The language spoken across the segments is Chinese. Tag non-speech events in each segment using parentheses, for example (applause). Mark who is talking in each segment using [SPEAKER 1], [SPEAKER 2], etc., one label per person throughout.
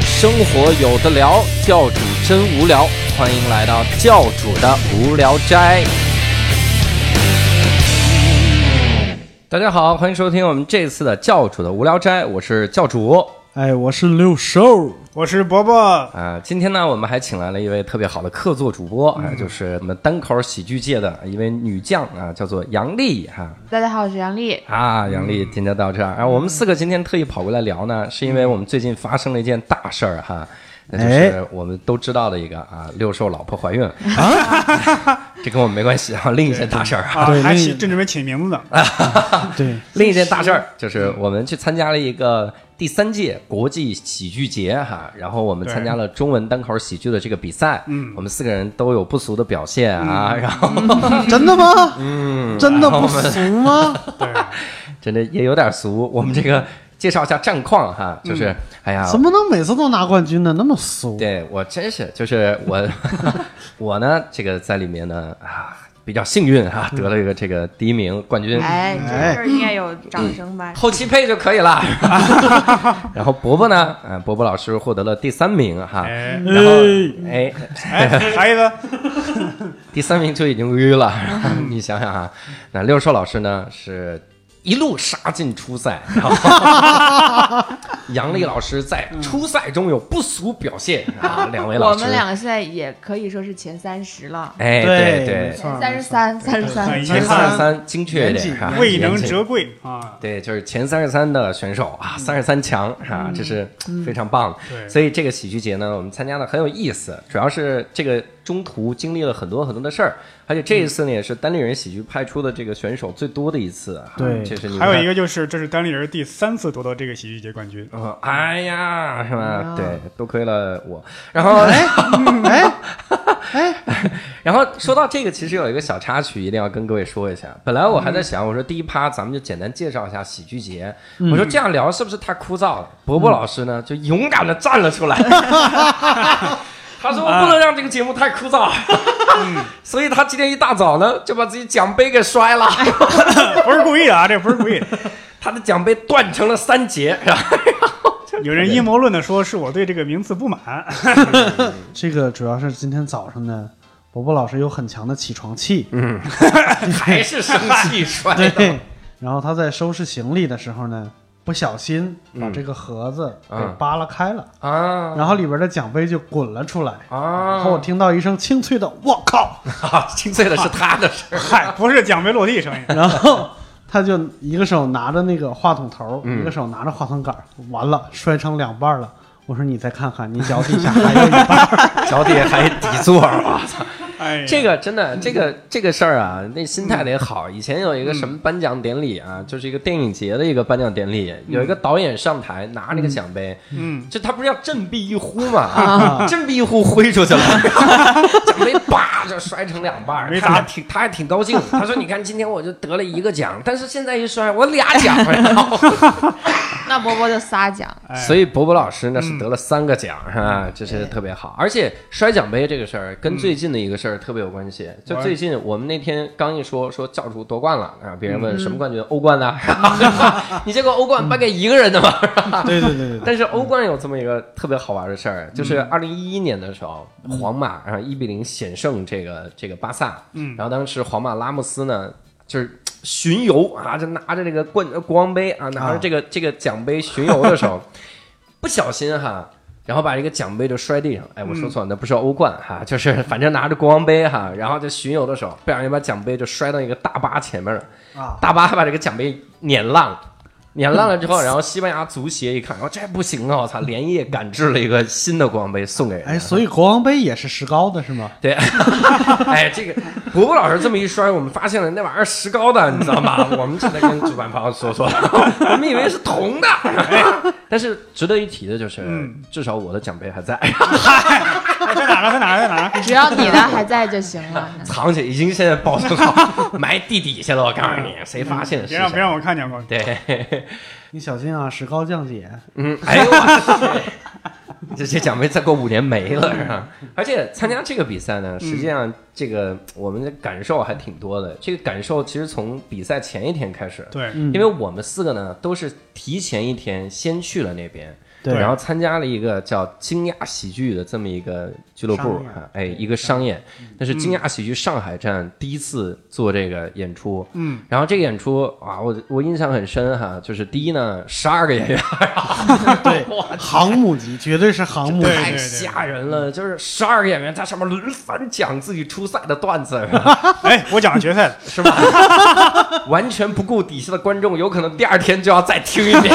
[SPEAKER 1] 生活有的聊，教主真无聊，欢迎来到教主的无聊斋。大家好，欢迎收听我们这次的教主的无聊斋，我是教主。
[SPEAKER 2] 哎，我是六兽，
[SPEAKER 3] 我是伯伯，
[SPEAKER 1] 啊，今天呢，我们还请来了一位特别好的客座主播，啊，就是我们单口喜剧界的一位女将啊，叫做杨丽啊哈。
[SPEAKER 4] 大家好，我是杨丽。
[SPEAKER 1] 啊，杨丽，今天到这儿啊，我们四个今天特意跑过来聊呢，是因为我们最近发生了一件大事儿哈。那就是我们都知道的一个啊，六兽老婆怀孕啊， (laughs) 这跟我们没关系啊。另一件大事儿啊，
[SPEAKER 3] 啊
[SPEAKER 2] 对，
[SPEAKER 3] 还
[SPEAKER 2] 那
[SPEAKER 3] 起正准备起名字呢。
[SPEAKER 2] 对，
[SPEAKER 1] 另一件大事儿就是我们去参加了一个第三届国际喜剧节哈，然后我们参加了中文单口喜剧的这个比赛，嗯，我们四个人都有不俗的表现啊，然后
[SPEAKER 2] (laughs) 真的吗？嗯，真的不俗吗？
[SPEAKER 1] 真的也有点俗。我们这个介绍一下战况哈，就是、哎呀，
[SPEAKER 2] 怎么能每次都拿冠军呢？那么俗，
[SPEAKER 1] 对我真是就是我 (laughs) 我呢这个在里面呢啊比较幸运哈、得了一个这个第一名冠军，
[SPEAKER 4] 哎，这事儿应该有掌声吧？
[SPEAKER 1] 后期配就可以
[SPEAKER 4] (laughs)
[SPEAKER 1] 了。然后伯伯呢，啊伯伯老师获得了第三名哈。
[SPEAKER 3] 哎
[SPEAKER 1] 然后，哎，
[SPEAKER 3] 哎，啥意思？
[SPEAKER 1] 第三名就已经晕了。 (laughs) 你想想啊，那六兽老师呢是一路杀进初赛， (laughs) 然后杨丽老师在初赛中有不俗表现啊，两位
[SPEAKER 4] 我
[SPEAKER 1] 老师，
[SPEAKER 4] 们两个现在也可以说是前三十了，
[SPEAKER 1] 哎，对
[SPEAKER 2] 对
[SPEAKER 1] 对
[SPEAKER 2] 没，错
[SPEAKER 4] 三十三，三
[SPEAKER 3] 哎
[SPEAKER 4] 十三，
[SPEAKER 3] 呀
[SPEAKER 1] 前三十三精确一点哈，
[SPEAKER 3] 未能
[SPEAKER 1] 严谨
[SPEAKER 3] 折桂啊！
[SPEAKER 1] 对，就是前三十三的选手啊，三十三强啊，这是非常棒的。
[SPEAKER 3] 嗯对
[SPEAKER 1] 所以这个喜剧节呢，我们参加的很有意思，主要是这个中途经历了很多很多的事儿，而且这一次呢，也是单立人喜剧派出的这个选手最多的一次。啊
[SPEAKER 2] 对
[SPEAKER 1] 这是你
[SPEAKER 3] 还有一
[SPEAKER 1] 个。
[SPEAKER 3] 个就是，这是单立人第三次夺得这个喜剧节冠军。
[SPEAKER 1] 嗯哎呀，是吧？
[SPEAKER 2] 呀
[SPEAKER 1] 对，多亏了我。然后， (laughs)
[SPEAKER 2] 哎哎，
[SPEAKER 1] 然后说到这个，其实有一个小插曲，一定要跟各位说一下。本来我还在想，我说第一趴咱们就简单介绍一下喜剧节，
[SPEAKER 2] 嗯
[SPEAKER 1] 我说这样聊是不是太枯燥了？伯伯老师呢，就勇敢的站了
[SPEAKER 2] (laughs)
[SPEAKER 1] 出来，他说我不能让这个节目太枯
[SPEAKER 2] 啊
[SPEAKER 1] 燥，
[SPEAKER 2] 嗯
[SPEAKER 1] (laughs) 所以他今天一大早呢，就把自己奖杯给摔了，
[SPEAKER 2] 哎
[SPEAKER 3] 不是故意的啊，这不是故意的。
[SPEAKER 1] 他的奖杯断成了三截，然后
[SPEAKER 3] 有人阴谋论的说是我对这个名次不满。
[SPEAKER 2] 这个主要是今天早上呢，伯伯老师有很强的起床气，
[SPEAKER 1] 嗯还是生气摔的。
[SPEAKER 2] (laughs) 对，然后他在收拾行李的时候呢，不小心把这个盒子给
[SPEAKER 1] 嗯
[SPEAKER 2] 扒拉开了，
[SPEAKER 1] 啊
[SPEAKER 2] 然后里边的奖杯就滚了出来，然后我
[SPEAKER 1] 啊！
[SPEAKER 2] 听到一声清脆的“我靠
[SPEAKER 1] (laughs) 清脆的是他的事儿，
[SPEAKER 3] 嗨，不是奖杯落地声音”，。
[SPEAKER 2] (laughs) 然后。他就一个手拿着那个话筒头，一个手拿着话筒杆儿，完了摔成两半了。我说你再看看，你脚底下还有一半儿。
[SPEAKER 1] (laughs) 脚底下还有底座，啊我操！
[SPEAKER 3] 哎呀，
[SPEAKER 1] (laughs) 这个真的，这个这个事儿啊，那心态得好。以前有一个什么颁奖典礼啊，就是一个电影节的一个颁奖典礼，有一个导演上台拿那个奖杯，
[SPEAKER 3] 嗯，
[SPEAKER 1] 就他不是要振臂一呼嘛， (laughs) 振臂一呼挥出去 (laughs) 了，奖杯叭就摔成两半儿。
[SPEAKER 3] 没
[SPEAKER 1] 他
[SPEAKER 3] 砸
[SPEAKER 1] 还挺他还挺高兴，他说：“你看，今天我就得了一个奖，但是现在一摔，我俩 (laughs) 奖了。”
[SPEAKER 4] 那波波就仨奖，
[SPEAKER 3] 哎
[SPEAKER 1] 所以伯伯老师呢是得了三个奖，哈、这是特别好。而且摔奖杯这个事儿跟最近的一个事儿特别有关系。就最近我们那天刚一说说教主夺冠了，啊，别人问什么冠军，欧冠呢、啊 (laughs) 你这个欧冠颁给一个人的吗？
[SPEAKER 2] 对对对对对，
[SPEAKER 1] 但是欧冠有这么一个特别好玩的事儿，就是二零一一年的时候，皇马然后一比零险胜这个这个巴萨，
[SPEAKER 3] 嗯
[SPEAKER 1] 然后当时皇马拉莫斯呢就是。巡游啊，就拿着这个冠呃国王杯啊，拿着这个、这个奖杯巡游的时候，不小心哈，然后把这个奖杯就摔地上。哎，我说错了，那不是欧冠哈，就是反正拿着国王杯哈，然后就巡游的时候，不小心把奖杯就摔到一个大巴前面了。
[SPEAKER 2] 啊，
[SPEAKER 1] 大巴把这个奖杯碾烂了。碾烂了之后，然后西班牙足协一看，我这不行啊！我操，连夜赶制了一个新的国王杯送给人家。
[SPEAKER 2] 哎，所以国王杯也是石膏的是吗？
[SPEAKER 1] 对， (laughs) 哎，这个伯伯老师这么一摔，我们发现了那玩意儿石膏的，你知道 (laughs) 吗？我们只能跟主办方说 (laughs) 说，我们以为是铜的。哎 (laughs) 但是值得一提的就是，
[SPEAKER 3] 嗯
[SPEAKER 1] 至少我的奖杯还在，
[SPEAKER 3] 哎在哪儿呢？在哪儿呢？在
[SPEAKER 4] (laughs)
[SPEAKER 3] 哪儿呢？
[SPEAKER 4] 只要你的还在就行
[SPEAKER 2] (laughs)
[SPEAKER 4] 了。
[SPEAKER 1] 藏起，已经现在保存好，埋地底下了。我告诉你，谁发现是
[SPEAKER 3] 别让别
[SPEAKER 1] 谁。
[SPEAKER 3] 让我看见，我告诉你
[SPEAKER 1] 对。
[SPEAKER 2] 你小心啊，石膏降解。
[SPEAKER 1] 嗯，哎呦 (laughs) 我去，这这奖杯再过五年没了是吧？而且参加这个比赛呢，实际上这个我们的感受还挺多的。这个感受其实从比赛前一天开始，
[SPEAKER 3] 对，
[SPEAKER 2] 嗯
[SPEAKER 1] 因为我们四个呢都是提前一天先去了那边。
[SPEAKER 2] 对啊
[SPEAKER 1] 然后参加了一个叫惊讶喜剧的这么一个俱乐部
[SPEAKER 2] 商演，
[SPEAKER 1] 哎，一个商演，
[SPEAKER 3] 嗯
[SPEAKER 1] 那是惊讶喜剧上海站第一次做这个演出，
[SPEAKER 3] 嗯，
[SPEAKER 1] 然后这个演出啊，我我印象很深哈，就是第一呢，十二个演员
[SPEAKER 2] 对，航母级绝对是航母级，
[SPEAKER 3] 对
[SPEAKER 1] 太吓人了，就是十二个演员在上面轮番讲自己初赛的段子，
[SPEAKER 3] 哎，我讲到决赛了，
[SPEAKER 1] 是吧？完全不顾底下的观众，有可能第二天就要再听一
[SPEAKER 2] (laughs)
[SPEAKER 1] 遍，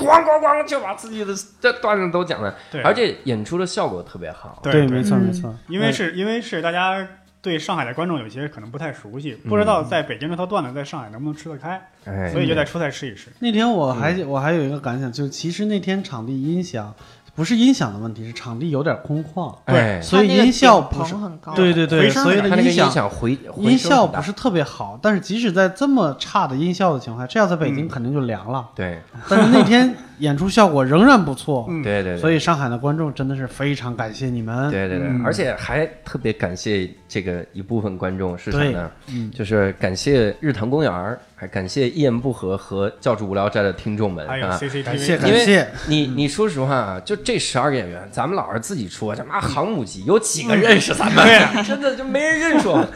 [SPEAKER 1] 咣咣咣就把自己的这段子都讲了，
[SPEAKER 3] 对
[SPEAKER 1] 而且演出的效果特别好。
[SPEAKER 3] 对
[SPEAKER 2] 没错
[SPEAKER 4] 嗯
[SPEAKER 2] 没错，
[SPEAKER 3] 因为是因为是大家对上海的观众有些可能不太熟悉，不知道在北京这套段子在上海能不能吃得开，
[SPEAKER 1] 哎，
[SPEAKER 3] 所以就在初赛试一试。
[SPEAKER 2] 那天我还、我还有一个感想，就是其实那天场地音响不是音响的问题，是场地有点空旷，
[SPEAKER 1] 哎，
[SPEAKER 2] 所以
[SPEAKER 4] 它那个
[SPEAKER 2] 音效
[SPEAKER 4] 顶
[SPEAKER 2] 不是
[SPEAKER 4] 棚很高，
[SPEAKER 2] 对对对，
[SPEAKER 3] 回声
[SPEAKER 2] 所以
[SPEAKER 3] 很
[SPEAKER 1] 他那
[SPEAKER 2] 呢
[SPEAKER 1] 个音
[SPEAKER 2] 响
[SPEAKER 1] 响回
[SPEAKER 2] 音效不
[SPEAKER 1] 是
[SPEAKER 2] 是特别好，但是即使在这么差的音效的情况下，这要在北京
[SPEAKER 1] 嗯
[SPEAKER 2] 肯定就凉了。
[SPEAKER 1] 对
[SPEAKER 2] 但是那天演出效果仍然不
[SPEAKER 1] (laughs)
[SPEAKER 2] 错，
[SPEAKER 3] 嗯
[SPEAKER 1] 对对对，
[SPEAKER 2] 所以上海的观众真的是非常感谢你们。
[SPEAKER 1] 对对对，
[SPEAKER 3] 嗯
[SPEAKER 1] 而且还特别感谢这个一部分观众是啥呢？
[SPEAKER 2] 嗯
[SPEAKER 1] 就是感谢日坛公园儿，还感谢一言不合和教主无聊斋的听众们
[SPEAKER 2] 哎
[SPEAKER 3] 还有
[SPEAKER 1] 啊。
[SPEAKER 2] 感谢
[SPEAKER 3] CCTV，
[SPEAKER 2] 感
[SPEAKER 1] 因为
[SPEAKER 2] 谢
[SPEAKER 1] 你你说实话啊，就这十二演员，咱们老是自己说，他妈航母级有几个认识咱们？
[SPEAKER 3] 对
[SPEAKER 1] 呀， (laughs) 真的就没人认识我们。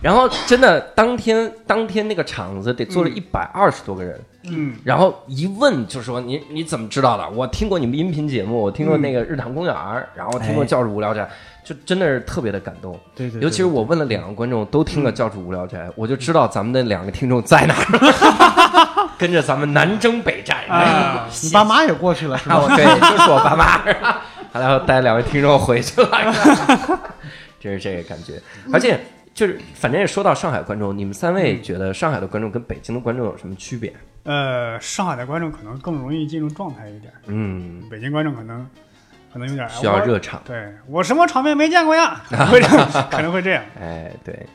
[SPEAKER 1] 然后真的当天当天那个场子得
[SPEAKER 2] 嗯
[SPEAKER 1] 坐了一百二十多个人，
[SPEAKER 3] 嗯，
[SPEAKER 1] 然后一问就说你你怎么知道的？我听过你们音频节目，我听过
[SPEAKER 2] 嗯
[SPEAKER 1] 那个日坛公园儿，然后听过教主无聊斋，就真的是特别的感动。
[SPEAKER 2] 哎对对对嗯
[SPEAKER 1] 尤其是我问了两个观众都听了教主无聊斋，我就知道咱们的两个听众在哪儿， (laughs) 跟着咱们南征北战。 (laughs)
[SPEAKER 3] 啊
[SPEAKER 2] 你爸妈也过去了是
[SPEAKER 1] 然后
[SPEAKER 2] 吧？
[SPEAKER 1] 对，就是我爸妈， (laughs) 然后带两位听众回去了，就是这个感觉。而且就是反正也说到上海观众，你们三位觉得上海的观众跟北京的观众有什么区别？
[SPEAKER 3] 呃，上海的观众可能更容易进入状态一点，
[SPEAKER 1] 嗯，
[SPEAKER 3] 北京观众可能可能有点
[SPEAKER 1] 需要。
[SPEAKER 3] 哎我
[SPEAKER 1] 热场。
[SPEAKER 3] 对我什么场面没见
[SPEAKER 1] (laughs)
[SPEAKER 3] 过呀？可能会这样，可能会这样。
[SPEAKER 1] 哎，对。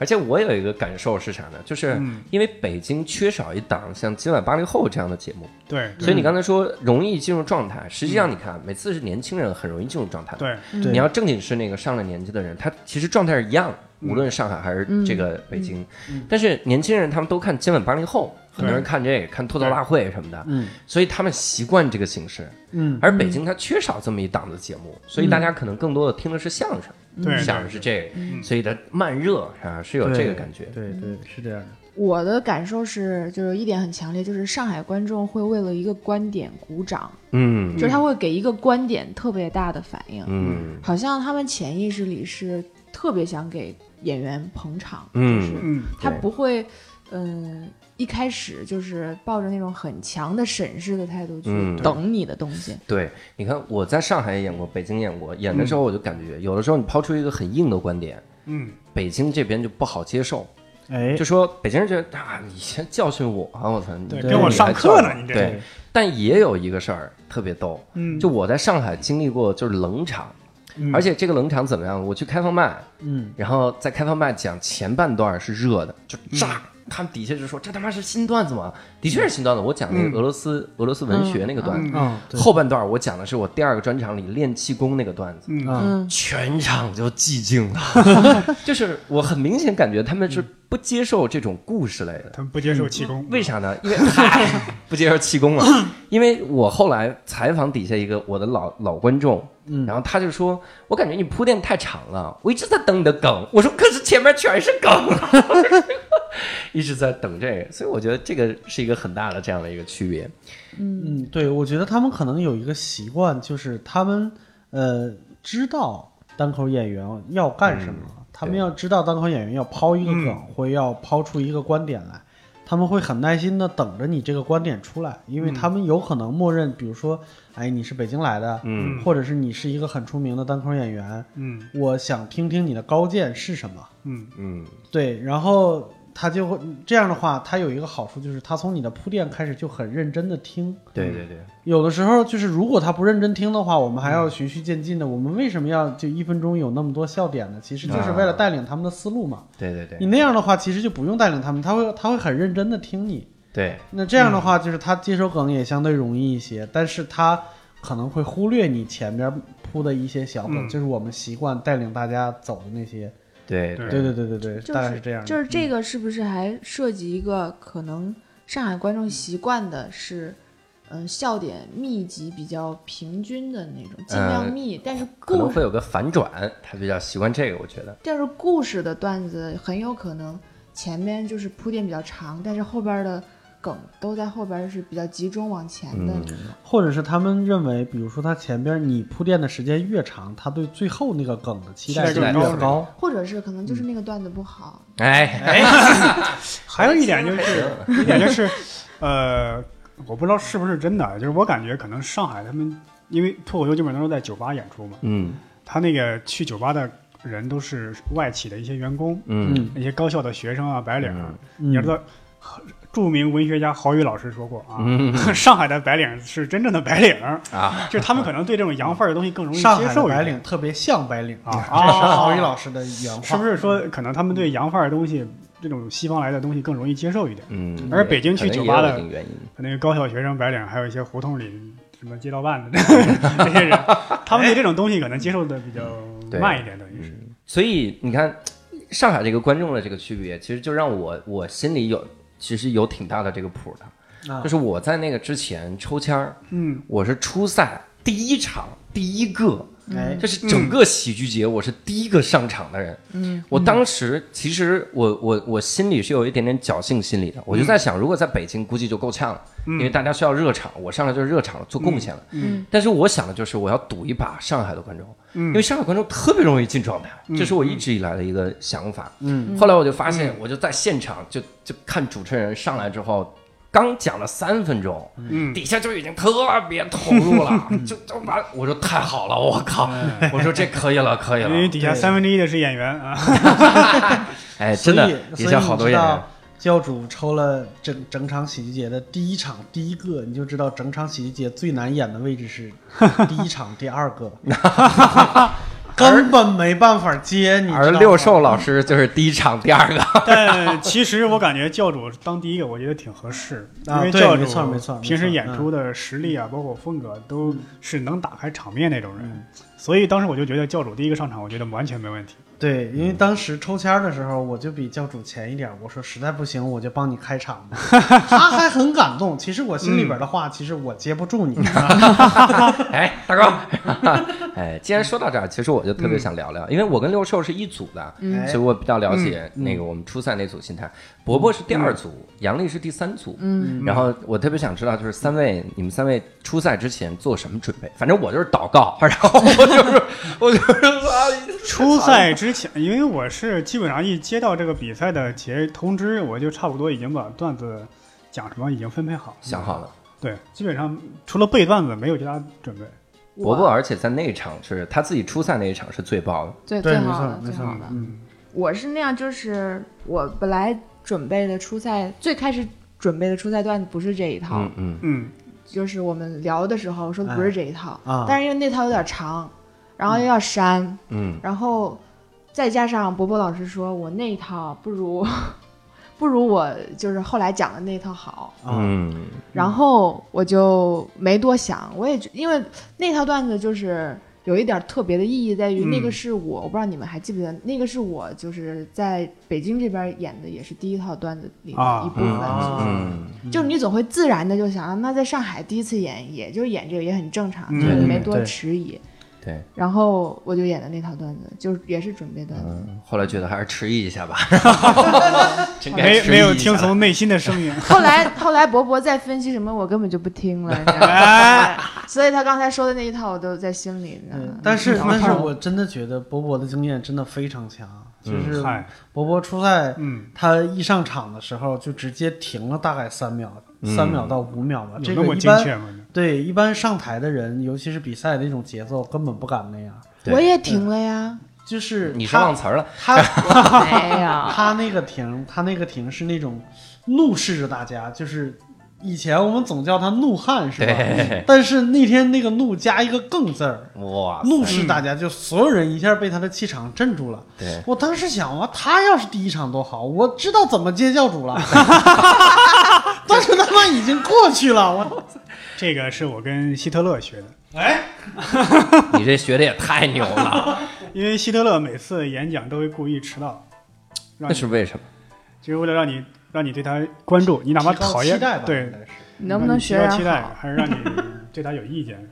[SPEAKER 1] 而且我有一个感受是啥呢？就是
[SPEAKER 3] 嗯
[SPEAKER 1] 因为北京缺少一档像《今晚八零后》这样的节目，
[SPEAKER 3] 对
[SPEAKER 1] 所以你刚才说容易进入状态，实际上你看，每次是年轻人很容易进入状态。，
[SPEAKER 3] 对，
[SPEAKER 4] 嗯
[SPEAKER 1] 你要正经是那个上了年纪的人，他其实状态是一样的，无论上海还是这个北京。但是年轻人他们都看《今晚八零后》，很多人看这个，看吐槽大会什么的，
[SPEAKER 2] 嗯
[SPEAKER 1] 所以他们习惯这个形式。
[SPEAKER 2] 嗯，
[SPEAKER 1] 而北京它缺少这么一档子节目，所以大家可能更多的听的是相声，
[SPEAKER 3] 对
[SPEAKER 1] 想的是这个，所以它慢热啊是有
[SPEAKER 2] 对
[SPEAKER 1] 这个感觉。
[SPEAKER 2] 对对是这样的，
[SPEAKER 4] 我的感受是，就是一点很强烈，就是上海观众会为了一个观点鼓掌，
[SPEAKER 1] 嗯
[SPEAKER 4] 就是他会给一个观点特别大的反应，
[SPEAKER 1] 嗯
[SPEAKER 4] 好像他们潜意识里是特别想给演员捧场，就是
[SPEAKER 1] 嗯，
[SPEAKER 3] 嗯，
[SPEAKER 4] 他
[SPEAKER 1] 对
[SPEAKER 4] 不会，嗯、一开始就是抱着那种很强的审视的态度去
[SPEAKER 1] 嗯
[SPEAKER 4] 等你的东西，
[SPEAKER 1] 对，你看我在上海也演过，北京演过，演的时候我就感觉，有的时候你抛出一个很硬的观点，
[SPEAKER 3] 嗯，
[SPEAKER 1] 北京这边就不好接受，
[SPEAKER 2] 哎
[SPEAKER 1] 就，说北京人觉得啊，你先教训我啊，我操，你
[SPEAKER 3] 对
[SPEAKER 1] 这
[SPEAKER 2] 跟我
[SPEAKER 1] 你
[SPEAKER 3] 上
[SPEAKER 1] 还
[SPEAKER 3] 课
[SPEAKER 1] 教
[SPEAKER 3] 呢
[SPEAKER 1] 我
[SPEAKER 3] 你这
[SPEAKER 1] 对
[SPEAKER 2] 对。
[SPEAKER 1] 但也有一个事儿特别逗，
[SPEAKER 3] 嗯
[SPEAKER 1] 就我在上海经历过就是冷场，
[SPEAKER 3] 嗯
[SPEAKER 1] 而且这个冷场怎么样？我去开放麦，
[SPEAKER 2] 嗯，
[SPEAKER 1] 然后在开放麦讲前半段是热的，就炸。
[SPEAKER 3] 嗯
[SPEAKER 1] 他们底下就说：“这他妈是新段子吗？”的确是新段子。我讲那个俄罗斯、俄罗斯文学那个段子，
[SPEAKER 3] 嗯
[SPEAKER 2] 啊对
[SPEAKER 1] 后半段我讲的是我第二个专场里练气功那个段子，
[SPEAKER 3] 嗯
[SPEAKER 2] 啊
[SPEAKER 4] 嗯
[SPEAKER 1] 全场就寂静了。 (laughs) 就是我很明显感觉他们是不接受这种故事类的，
[SPEAKER 3] 他们不接受气功，
[SPEAKER 1] 嗯为啥呢？ (laughs) 因为嗨不接受气功了。啊因为我后来采访底下一个我的老老观众，然后他就说：“我感觉你铺垫太长了，我一直在等你的梗。”我说：“可是前面全是梗，啊 (laughs) 一直在等这个。”所以我觉得这个是一个很大的这样的一个区别。
[SPEAKER 2] 嗯，对，我觉得他们可能有一个习惯，就是他们呃知道单口演员要干什么，他
[SPEAKER 1] 嗯
[SPEAKER 2] 们
[SPEAKER 1] 对嗯
[SPEAKER 2] 要知道单口演员要抛一个梗，或要抛出一个观点来，他们会很耐心的等着你这个观点出来，因为他们有可能默认，比如说，哎，你是北京来的，
[SPEAKER 1] 嗯嗯
[SPEAKER 2] 或者是你是一个很出名的单口演员，
[SPEAKER 3] 嗯
[SPEAKER 2] 我想听听你的高见是什么。
[SPEAKER 3] 嗯
[SPEAKER 1] 嗯，
[SPEAKER 2] 对，然后他就会这样的话，他有一个好处就是他从你的铺垫开始就很认真的听。
[SPEAKER 1] 对对对，
[SPEAKER 2] 有的时候就是，如果他不认真听的话，我们还要循序渐进的。我们为什么要就一分钟有那么多笑点呢？其实就是为了带领他们的思路嘛。
[SPEAKER 1] 对啊对对
[SPEAKER 2] 你那样的话，其实就不用带领他们，他会他会很认真的听你。
[SPEAKER 1] 对，嗯
[SPEAKER 2] 那这样的话，就是他接收梗也相对容易一些，但是他可能会忽略你前边铺的一些小梗，
[SPEAKER 3] 嗯
[SPEAKER 2] 就是我们习惯带领大家走的那些。
[SPEAKER 1] 对
[SPEAKER 3] 对
[SPEAKER 2] 对对对对对，
[SPEAKER 4] 就
[SPEAKER 2] 大概是这样的。嗯
[SPEAKER 4] 就是
[SPEAKER 1] 嗯
[SPEAKER 4] 这个是不是还涉及一个可能上海观众习惯的是嗯、笑点密集、比较平均的那种，尽
[SPEAKER 1] 呃
[SPEAKER 4] 量密，但是
[SPEAKER 1] 可能
[SPEAKER 4] 故
[SPEAKER 1] 会有个反转，他比较喜欢这个，我觉得。
[SPEAKER 4] 但是故事的段子很有可能前面就是铺垫比较长，但是后边的梗都在后边是比较集中往前的。
[SPEAKER 1] 嗯，
[SPEAKER 2] 或者是他们认为，比如说他前边你铺垫的时间越长，他对最后那个梗的期待
[SPEAKER 1] 期
[SPEAKER 2] 就
[SPEAKER 1] 待
[SPEAKER 2] 越
[SPEAKER 1] 更高
[SPEAKER 2] 高。
[SPEAKER 4] 或者是可能就是那个段子不好，
[SPEAKER 1] 哎，
[SPEAKER 3] 还有一点就是，一点就是，呃，我不知道是不是真的，啊就是我感觉可能上海他们，因为脱口秀基本都是在酒吧演出嘛，
[SPEAKER 1] (laughs) 嗯
[SPEAKER 3] 他那个去酒吧的人都是外企的一些员工，
[SPEAKER 1] 嗯，
[SPEAKER 3] 一些高校的学生啊、白领啊。
[SPEAKER 2] 嗯
[SPEAKER 3] 你知道，著名文学家郝宇老师说过啊，
[SPEAKER 1] 嗯
[SPEAKER 3] (laughs) 上海的白领是真正的白领，
[SPEAKER 1] 啊，
[SPEAKER 3] 就是他们可能对这种洋范儿的东西更容易
[SPEAKER 2] 上
[SPEAKER 3] 接
[SPEAKER 2] 海的
[SPEAKER 3] 受一
[SPEAKER 2] 白
[SPEAKER 3] 点
[SPEAKER 2] 领特别像白领
[SPEAKER 3] (laughs) 啊
[SPEAKER 2] 这是
[SPEAKER 3] 啊
[SPEAKER 2] 郝宇老师的原话。
[SPEAKER 3] 是不是说可能他们对洋范儿的东西，这种西方来的东西更容易接受一点？
[SPEAKER 1] 嗯，
[SPEAKER 3] 而北京去酒吧的
[SPEAKER 1] 可能也有一定原因，
[SPEAKER 3] 那个高校学生、白领，还有一些胡同里什么街道办的 (laughs) 这些人，他们对这种东西可能接受的比较
[SPEAKER 1] 对
[SPEAKER 3] 慢一点，等于是。
[SPEAKER 1] 所以你看，上海这个观众的这个区别，其实就让我我心里有其实有挺大的这个谱的，
[SPEAKER 2] 啊
[SPEAKER 1] 就是我在那个之前抽签儿，
[SPEAKER 3] 嗯，
[SPEAKER 1] 我是初赛第一场第一个，
[SPEAKER 2] 哎，
[SPEAKER 3] 嗯
[SPEAKER 1] 就是整个喜剧节我是第一个上场的人。
[SPEAKER 4] 嗯，
[SPEAKER 1] 我当时其实我我我心里是有一点点侥幸心理的，我就在想，如果在北京估计就够呛了，
[SPEAKER 3] 嗯
[SPEAKER 1] 因
[SPEAKER 2] 嗯
[SPEAKER 1] 为大家需要热场，我上来就是热场做贡献了。
[SPEAKER 4] 嗯，
[SPEAKER 1] 但是我想的就是我要赌一把上海的观众，
[SPEAKER 3] 嗯
[SPEAKER 1] 因为上海观众特别容易进状态，这是我一直以来的一个想法。
[SPEAKER 2] 嗯，
[SPEAKER 1] 后来我就发现，我就在现场就就看主持人上来之后。刚讲了三分钟，
[SPEAKER 3] 嗯
[SPEAKER 1] 底下就已经特别投入了，
[SPEAKER 2] 嗯
[SPEAKER 1] 就就把我说太好了，我靠，
[SPEAKER 2] 哎
[SPEAKER 1] 我说这可以了，可以
[SPEAKER 3] 因为
[SPEAKER 1] 了，
[SPEAKER 3] 底下
[SPEAKER 2] 对
[SPEAKER 3] 三分之一的是演员啊，
[SPEAKER 1] 哎，
[SPEAKER 2] 所
[SPEAKER 1] 真
[SPEAKER 2] 以
[SPEAKER 1] 的，底
[SPEAKER 2] 所以
[SPEAKER 1] 下好
[SPEAKER 2] 你
[SPEAKER 1] 多
[SPEAKER 2] 知
[SPEAKER 1] 演员
[SPEAKER 2] 道，教主抽了整整场喜剧节的第一场第一个，你就知道整场喜剧节最难演的位置
[SPEAKER 3] (laughs)
[SPEAKER 2] 是第一场第二个，根本没办法接。你知
[SPEAKER 1] 而
[SPEAKER 2] 道吗
[SPEAKER 1] 六兽老师就是第一场第二个，
[SPEAKER 3] (laughs) 但其实我感觉教主当第一个，我觉得挺合适，因
[SPEAKER 2] 啊
[SPEAKER 3] 为
[SPEAKER 2] 对
[SPEAKER 3] 教
[SPEAKER 2] 没错没错
[SPEAKER 3] 主
[SPEAKER 2] 没
[SPEAKER 3] 平时
[SPEAKER 2] 错
[SPEAKER 3] 演
[SPEAKER 2] 嗯
[SPEAKER 3] 出的实力啊，包括风格都是能打开场面那种人，所以当时我就觉得教主第一个上场，我觉得完全没问题。
[SPEAKER 2] 对，因为当时抽签儿的时候，我就比教主前一点儿，我说实在不行，我就帮你开
[SPEAKER 3] (laughs)
[SPEAKER 2] 场吧。他还很感动，其实我心里边儿的
[SPEAKER 3] 嗯
[SPEAKER 2] 话，其实我接不
[SPEAKER 3] (laughs)
[SPEAKER 2] 住你。
[SPEAKER 1] 哎，大哥， (laughs) 嗯哎，既然说到这儿，其实我就特别想聊聊，因为我跟六兽是一组的，
[SPEAKER 2] 嗯
[SPEAKER 3] (laughs)
[SPEAKER 1] 所以我比较了解那个我们初赛那组心态。伯伯是第二组，杨丽是第三组。
[SPEAKER 4] 嗯，
[SPEAKER 1] 然后我特别想知道，就是三位你们三位初赛之前做什么准备？反正我就是祷告，然后我就是 (laughs) 我就是啊，
[SPEAKER 3] 初赛之前，因为我是基本上一接到这个比赛的节通知，我就差不多已经把段子讲什么已经分配好。
[SPEAKER 1] 想好了。
[SPEAKER 3] 对，基本上除了背段子，没有其他准备。
[SPEAKER 1] 伯伯，而且在那一场是他自己初赛那一场是最爆的，
[SPEAKER 4] 对
[SPEAKER 2] 对
[SPEAKER 4] 最
[SPEAKER 2] 没
[SPEAKER 4] 好
[SPEAKER 2] 错
[SPEAKER 4] 的
[SPEAKER 2] 没
[SPEAKER 4] 最
[SPEAKER 2] 错
[SPEAKER 4] 好的。
[SPEAKER 3] 嗯，
[SPEAKER 4] 我是那样，就是我本来准备的初赛，最开始准备的初赛段子不是这一套，
[SPEAKER 1] 嗯嗯 (laughs)
[SPEAKER 3] 嗯，
[SPEAKER 4] 就是我们聊的时候说的不是这一套，
[SPEAKER 2] 哎啊
[SPEAKER 4] 但是因为那套有点长，然后又要删，
[SPEAKER 1] 嗯，
[SPEAKER 4] 然后再加上伯伯老师说我那一套不如 (laughs) 不如我就是后来讲的那一套好，
[SPEAKER 2] 啊，
[SPEAKER 1] 嗯
[SPEAKER 4] 然后我就没多想，我也觉因为那套段子就是。有一点特别的意义在于，
[SPEAKER 3] 嗯
[SPEAKER 4] 那个是我，我不知道你们还记不记得，那个是我就是在北京这边演的，也是第一套段子里的
[SPEAKER 3] 啊
[SPEAKER 4] 一部分。
[SPEAKER 1] 嗯嗯，
[SPEAKER 4] 就是你总会自然的就想，啊那在上海第一次演，也就演这个也很正常，
[SPEAKER 3] 嗯
[SPEAKER 4] 就是
[SPEAKER 1] 对
[SPEAKER 4] 没
[SPEAKER 2] 对
[SPEAKER 4] 多
[SPEAKER 2] 对
[SPEAKER 4] 迟疑。
[SPEAKER 1] 对，
[SPEAKER 4] 然后我就演的那套段子，就是也是准备段子。 (laughs)
[SPEAKER 1] 嗯，后来觉得还是迟疑一下吧，真该
[SPEAKER 3] 没
[SPEAKER 1] 迟疑
[SPEAKER 3] 没有
[SPEAKER 1] 一下
[SPEAKER 3] 听从内心的声 (laughs)
[SPEAKER 1] (laughs)
[SPEAKER 3] 音。
[SPEAKER 4] 后来后来博博在分析什么，我根本就不听了，你知道
[SPEAKER 3] 哎
[SPEAKER 4] 吗？所以他刚才说的那一套我都在心里呢
[SPEAKER 2] 嗯。但是
[SPEAKER 4] 然后
[SPEAKER 2] 但是我真的觉得博博的经验真的非常强，就是
[SPEAKER 3] 嗯嗨，
[SPEAKER 2] 博博初赛，
[SPEAKER 3] 嗯，
[SPEAKER 2] 他一上场的时候就直接停了大概三秒，
[SPEAKER 1] 嗯
[SPEAKER 2] 三秒到五秒吧。这
[SPEAKER 3] 有那
[SPEAKER 2] 个
[SPEAKER 3] 么
[SPEAKER 2] 一
[SPEAKER 3] 精
[SPEAKER 2] 般
[SPEAKER 3] 确吗？
[SPEAKER 2] 对一般上台的人，尤其是比赛的那种节奏，根本不敢那样。
[SPEAKER 1] 对
[SPEAKER 4] 我也停了呀，
[SPEAKER 2] 就是
[SPEAKER 1] 你说
[SPEAKER 2] 他
[SPEAKER 1] 忘词儿了，
[SPEAKER 2] (laughs) 他
[SPEAKER 4] (laughs) 没有。
[SPEAKER 2] (laughs) 他那个停，他那个停是那种怒视着大家，就是以前我们总叫他怒汉是吧
[SPEAKER 1] 对？
[SPEAKER 2] 但是那天那个怒加一个更字儿，
[SPEAKER 1] 哇塞，
[SPEAKER 2] 怒视大家，就所有人一下被他的气场镇住了。
[SPEAKER 1] 对，
[SPEAKER 2] 我当时想啊，他要是第一场多好，我知道怎么接教
[SPEAKER 1] (laughs)
[SPEAKER 2] 主了。 (laughs) 但是他们已经过去了，
[SPEAKER 3] (laughs)
[SPEAKER 2] 我
[SPEAKER 3] 这个是我跟希特勒学的，
[SPEAKER 1] 你这学的也太牛了，
[SPEAKER 3] 因为希特勒每次演讲都会故意迟到，
[SPEAKER 1] 那
[SPEAKER 3] 让你
[SPEAKER 1] 是为什么？
[SPEAKER 3] 就是为了让你让你对他关注，你哪怕
[SPEAKER 2] 提高
[SPEAKER 3] 讨
[SPEAKER 2] 期
[SPEAKER 3] 厌
[SPEAKER 2] 待吧，应
[SPEAKER 3] 对
[SPEAKER 2] 该是
[SPEAKER 4] 你能不能
[SPEAKER 3] 你
[SPEAKER 4] 学啊
[SPEAKER 3] 提高期
[SPEAKER 4] 点
[SPEAKER 3] 待
[SPEAKER 4] 好？，
[SPEAKER 3] 还是让你对他有意见？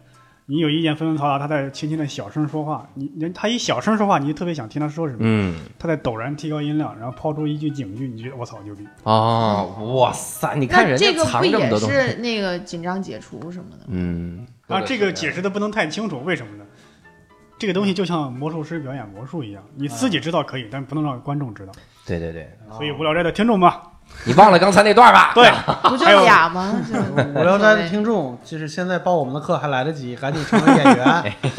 [SPEAKER 3] 你有意见纷纷嘈杂，他在轻轻的小声说话，你你他一小声说话，你就特别想听他说什么，
[SPEAKER 1] 嗯，
[SPEAKER 3] 他在陡然提高音量，然后抛出一句警句，你觉得我操牛逼，
[SPEAKER 1] 哦，哇塞，你看
[SPEAKER 4] 那
[SPEAKER 1] 人
[SPEAKER 4] 这
[SPEAKER 1] 家
[SPEAKER 4] 个不
[SPEAKER 1] 藏这么
[SPEAKER 4] 也
[SPEAKER 1] 多东西，
[SPEAKER 4] 是那个紧张解除
[SPEAKER 1] (laughs)
[SPEAKER 4] 什么的吗？
[SPEAKER 1] 嗯，
[SPEAKER 3] 啊，这个解
[SPEAKER 1] 释
[SPEAKER 3] 释的不能太清楚，为什么呢？这个东西就像魔术师表演魔术一样，你自
[SPEAKER 2] 嗯
[SPEAKER 3] 己知道可以，但不能让观众知道。
[SPEAKER 2] 哦
[SPEAKER 1] 对对对，
[SPEAKER 3] 所以无聊斋的听
[SPEAKER 2] (laughs)
[SPEAKER 3] 众嘛，
[SPEAKER 1] 你忘了刚才那段吧？ (laughs)
[SPEAKER 3] 对，
[SPEAKER 4] 不就
[SPEAKER 3] 还有
[SPEAKER 4] 俩吗？
[SPEAKER 1] 哎
[SPEAKER 4] 就
[SPEAKER 2] 无聊斋的听众，就是现在报我们的课还来得及，赶紧成为演员，